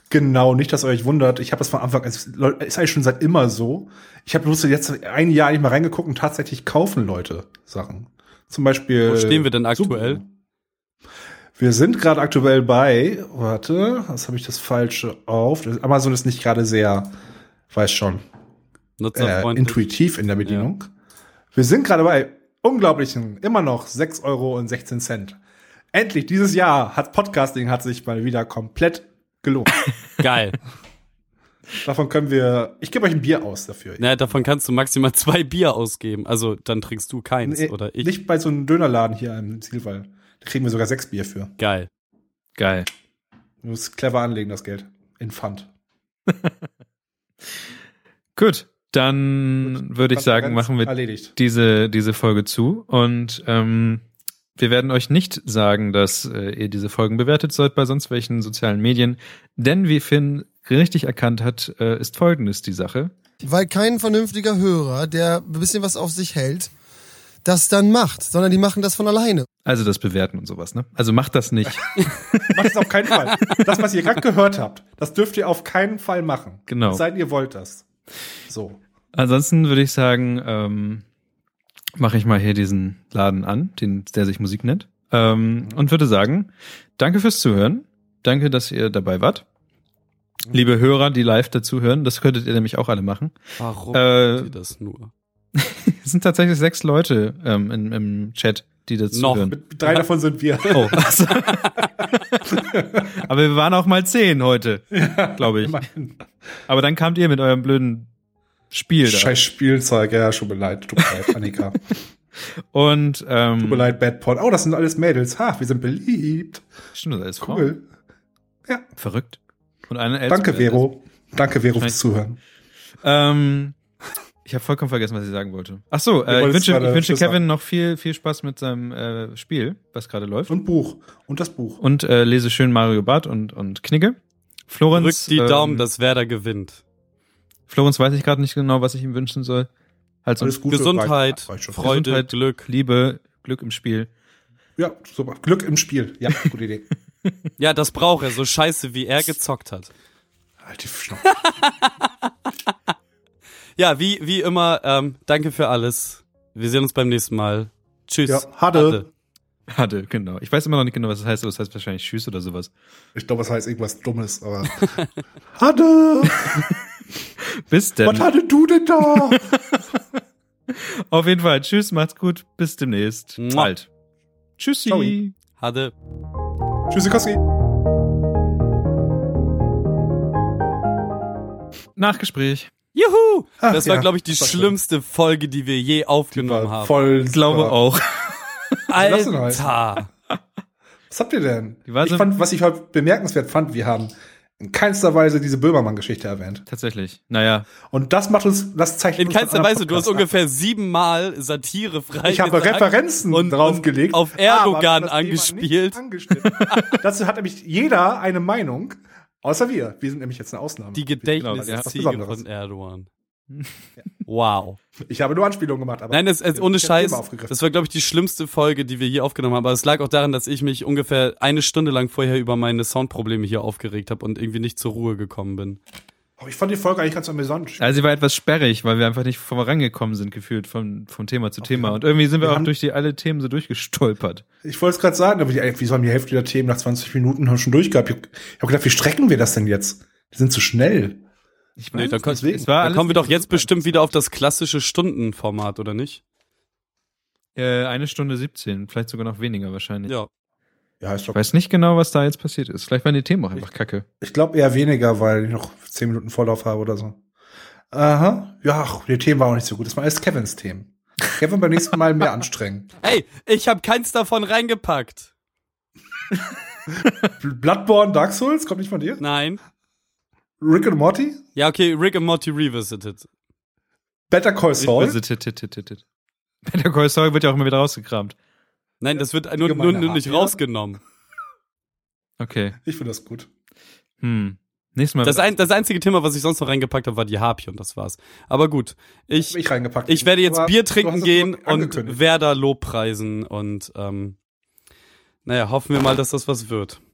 S3: Genau, nicht, dass ihr euch wundert. Ich habe das von Anfang an, es ist Leu- ist eigentlich schon seit immer so. Ich habe bloß jetzt ein Jahr nicht mal reingeguckt und tatsächlich kaufen Leute Sachen. Zum Beispiel.
S4: Wo stehen wir denn aktuell?
S3: Subaru. Wir sind gerade aktuell bei, warte, was habe ich das Falsche auf? Amazon ist nicht gerade sehr, weiß schon, äh,
S4: Nutzerfreundlich.
S3: intuitiv in der Bedienung. Wir sind gerade bei unglaublichen, immer noch 6,16 Euro. Endlich, dieses Jahr hat Podcasting hat sich mal wieder komplett
S2: (laughs)
S3: gelohnt.
S4: Geil.
S3: Davon können wir, ich gebe euch ein Bier aus dafür.
S4: Naja, davon kannst du maximal zwei Bier ausgeben. Also dann trinkst du keins
S3: Nee,
S4: oder ich.
S3: Nicht bei so einem Dönerladen hier im Zielwall. Da kriegen wir sogar sechs Bier für.
S4: Geil.
S2: Geil.
S3: Du musst clever anlegen, das Geld. In Pfand.
S2: Gut, dann würde ich sagen,
S3: Transparenz
S2: machen wir
S3: Erledigt.
S2: diese, diese Folge zu und ähm, wir werden euch nicht sagen, dass äh, ihr diese Folgen bewertet sollt bei sonst welchen sozialen Medien, denn wie Finn richtig erkannt hat, äh, ist folgendes die Sache.
S5: weil kein vernünftiger Hörer, der ein bisschen was auf sich hält, das dann macht, sondern die machen das von alleine.
S2: Also das Bewerten und sowas, ne? Also macht das nicht.
S3: Macht es auf keinen Fall. Das, was ihr gerade gehört habt, das dürft ihr auf keinen Fall machen.
S2: Genau.
S3: Es sei denn, ihr wollt das. So.
S2: Ansonsten würde ich sagen, ähm, mache ich mal hier diesen Laden an, den, der sich Musik nennt. Ähm, und würde sagen, danke fürs Zuhören. Danke, dass ihr dabei wart. Liebe Hörer, die live dazuhören, das könntet ihr nämlich auch alle machen.
S4: Warum
S2: Äh,
S4: macht ihr das nur?
S2: Es sind tatsächlich sechs Leute ähm, im, im Chat, die
S4: Noch.
S2: dazuhören.
S3: Mit drei davon sind wir. (laughs)
S2: Oh, also. (laughs) Aber wir waren auch mal zehn heute, glaube ich. Aber dann kamt ihr mit eurem blöden Spiel da.
S3: Scheiß Spielzeug, ja, schon mir leid. Tut mir
S2: (laughs)
S3: leid, Annika.
S2: Und
S3: Tut mir
S2: ähm,
S3: leid, Bad Pod. Oh, das sind alles Mädels. Ha, wir sind beliebt.
S2: stimmt, das ist cool.
S3: Cool.
S2: Verrückt. Und eine Eltern-
S3: Danke, Vero. Danke, Vero, fürs
S2: Scheiß-
S3: Zuhören.
S2: Ähm, ich habe vollkommen vergessen, was ich sagen wollte. Ach so, äh, ich
S3: wolltest
S2: wünsche,
S3: gerade
S2: ich wünsche
S3: Tschüss sagen.
S2: Kevin noch viel, viel Spaß mit seinem äh, Spiel, was gerade läuft. Und,
S3: Und Buch. Und das Buch.
S2: äh, lese schön Mario Barth und, und Knigge. Florenz,
S4: Drückt die
S2: ähm,
S4: Daumen, dass Werder gewinnt.
S2: Florenz weiß ich gerade nicht genau, was ich ihm wünschen soll. Halt so
S3: Alles Gute.
S4: Gesundheit,
S3: Reicht- reicht schon.
S4: Freude,
S2: Gesundheit.
S4: Glück.
S2: Liebe, Glück im Spiel. (laughs)
S3: Ja, super. Glück im Spiel. Ja, gute Idee.
S4: Ja, das braucht er, so scheiße, wie er gezockt hat.
S3: halt die Schnauze.
S4: Ja, wie, wie immer, ähm, danke für alles. Wir sehen uns beim nächsten Mal. Tschüss.
S3: Ja, Hade.
S2: Hatte, genau. Ich weiß immer noch nicht genau, was das heißt, aber das heißt wahrscheinlich Tschüss oder sowas.
S3: Ich glaube, das heißt irgendwas
S2: (laughs)
S3: Dummes, aber. Hatte!
S2: Bis
S3: Was
S2: denn.
S3: hatte du
S2: (laughs)
S3: denn da?
S2: Auf jeden Fall. Tschüss, macht's gut. Bis demnächst.
S4: Mua.
S2: Bald. Tschüssi.
S3: Ciao.
S4: Hade.
S3: Tschüssikowski.
S2: Nachgespräch.
S4: Juhu!
S3: Ach,
S4: das war,
S3: ja,
S4: glaube ich, die
S3: das war schön.
S4: schlimmste Folge, die wir je aufgenommen
S3: War
S4: haben.
S3: voll.
S2: Ich glaube
S3: super.
S2: auch.
S3: lass ihn halt.
S4: Alter!
S3: Was habt ihr denn?
S2: Die war
S3: ich
S2: so-
S3: fand, was ich heute bemerkenswert fand, wir haben in keinster Weise diese Böhmermann-Geschichte erwähnt.
S2: Tatsächlich. Naja.
S3: Und das macht uns, das zeichnet
S4: In
S3: uns von
S4: keinster
S3: anderen
S4: Weise, du hast
S3: Podcasts ab.
S4: ungefähr siebenmal Satire frei.
S3: Ich habe
S4: gesagt
S3: Referenzen
S4: und,
S3: draufgelegt. Ah,
S4: Und auf
S3: aber das
S4: Erdogan
S3: Thema
S4: angespielt.
S3: nicht angeschnitten. (laughs) Dazu hat nämlich jeder eine Meinung, außer wir. Wir sind nämlich jetzt eine Ausnahme.
S4: Die
S2: Genau, das ist was
S4: Gedächtnisziege
S3: Besonderes. (laughs)
S4: von Erdogan. Wow.
S3: ich habe nur Anspielungen gemacht, aber
S4: Nein, das ist ohne
S3: Ich hab
S4: Scheiß.
S3: Thema aufgegriffen.
S4: Das war, glaube ich, die schlimmste Folge, die wir hier aufgenommen haben. Aber es lag auch daran, dass ich mich ungefähr eine Stunde lang vorher über meine Soundprobleme hier aufgeregt habe und irgendwie nicht zur Ruhe gekommen bin.
S3: Aber Oh, ich fand die Folge eigentlich ganz amüsant.
S2: Also sie war etwas sperrig, weil wir einfach nicht vorangekommen sind, gefühlt von, von Thema zu Thema. Und irgendwie sind wir,
S3: Wir
S2: auch
S3: haben-
S2: durch die alle Themen so durchgestolpert.
S3: Ich wollte es gerade sagen, aber die, ey, wieso haben die Hälfte der Themen nach 20 Minuten haben schon durchgehabt? Ich habe gedacht, wie strecken wir das denn jetzt? Die sind zu schnell.
S2: Ich
S4: Nee, da, können,
S3: deswegen.
S2: es war
S4: da
S2: alles
S4: kommen wir doch
S2: nicht so
S4: jetzt
S2: super.
S4: bestimmt wieder auf das klassische Stundenformat, oder nicht?
S2: Äh, eine Stunde 17, vielleicht sogar noch weniger wahrscheinlich.
S4: Ja.
S3: Ja, ich
S2: Ich
S3: glaube,
S2: weiß nicht genau, was da jetzt passiert ist. Vielleicht waren die Themen auch einfach kacke.
S3: ich glaub eher weniger, weil ich noch 10 Minuten Vorlauf habe oder so. Aha. Ja, ach, die Themen waren auch nicht so gut. Das waren alles Kevins Themen. Kevin beim nächsten Mal mehr anstrengen.
S4: Ey, ich habe keins davon reingepackt.
S3: Bloodborne, Dark Souls, kommt nicht von dir?
S4: Nein.
S3: Rick and Morty?
S4: Ja, okay, Rick and Morty Revisited.
S3: Better Call Saul?
S2: Also, tit, tit, tit, tit, (laughs) tit. Better Call Saul wird ja auch immer wieder rausgekramt.
S4: Nein, das wird nur, nur,
S3: allgemeiner
S4: nur nicht
S3: Rat, ja.
S4: rausgenommen.
S2: Okay.
S3: Ich finde das gut.
S2: Hm. Nächstes Mal.
S4: Das, ein, das einzige Thema, was ich sonst noch reingepackt habe, war die Harpy und das war's. Aber gut, ich,
S3: Hab Ich reingepackt.
S4: ich werde jetzt
S3: Aber
S4: Bier
S3: du
S4: trinken
S3: hast es
S4: gehen
S3: nur
S4: und
S3: angekündigt.
S4: Werder Lobpreisen und ähm, naja, hoffen wir mal, dass das was wird.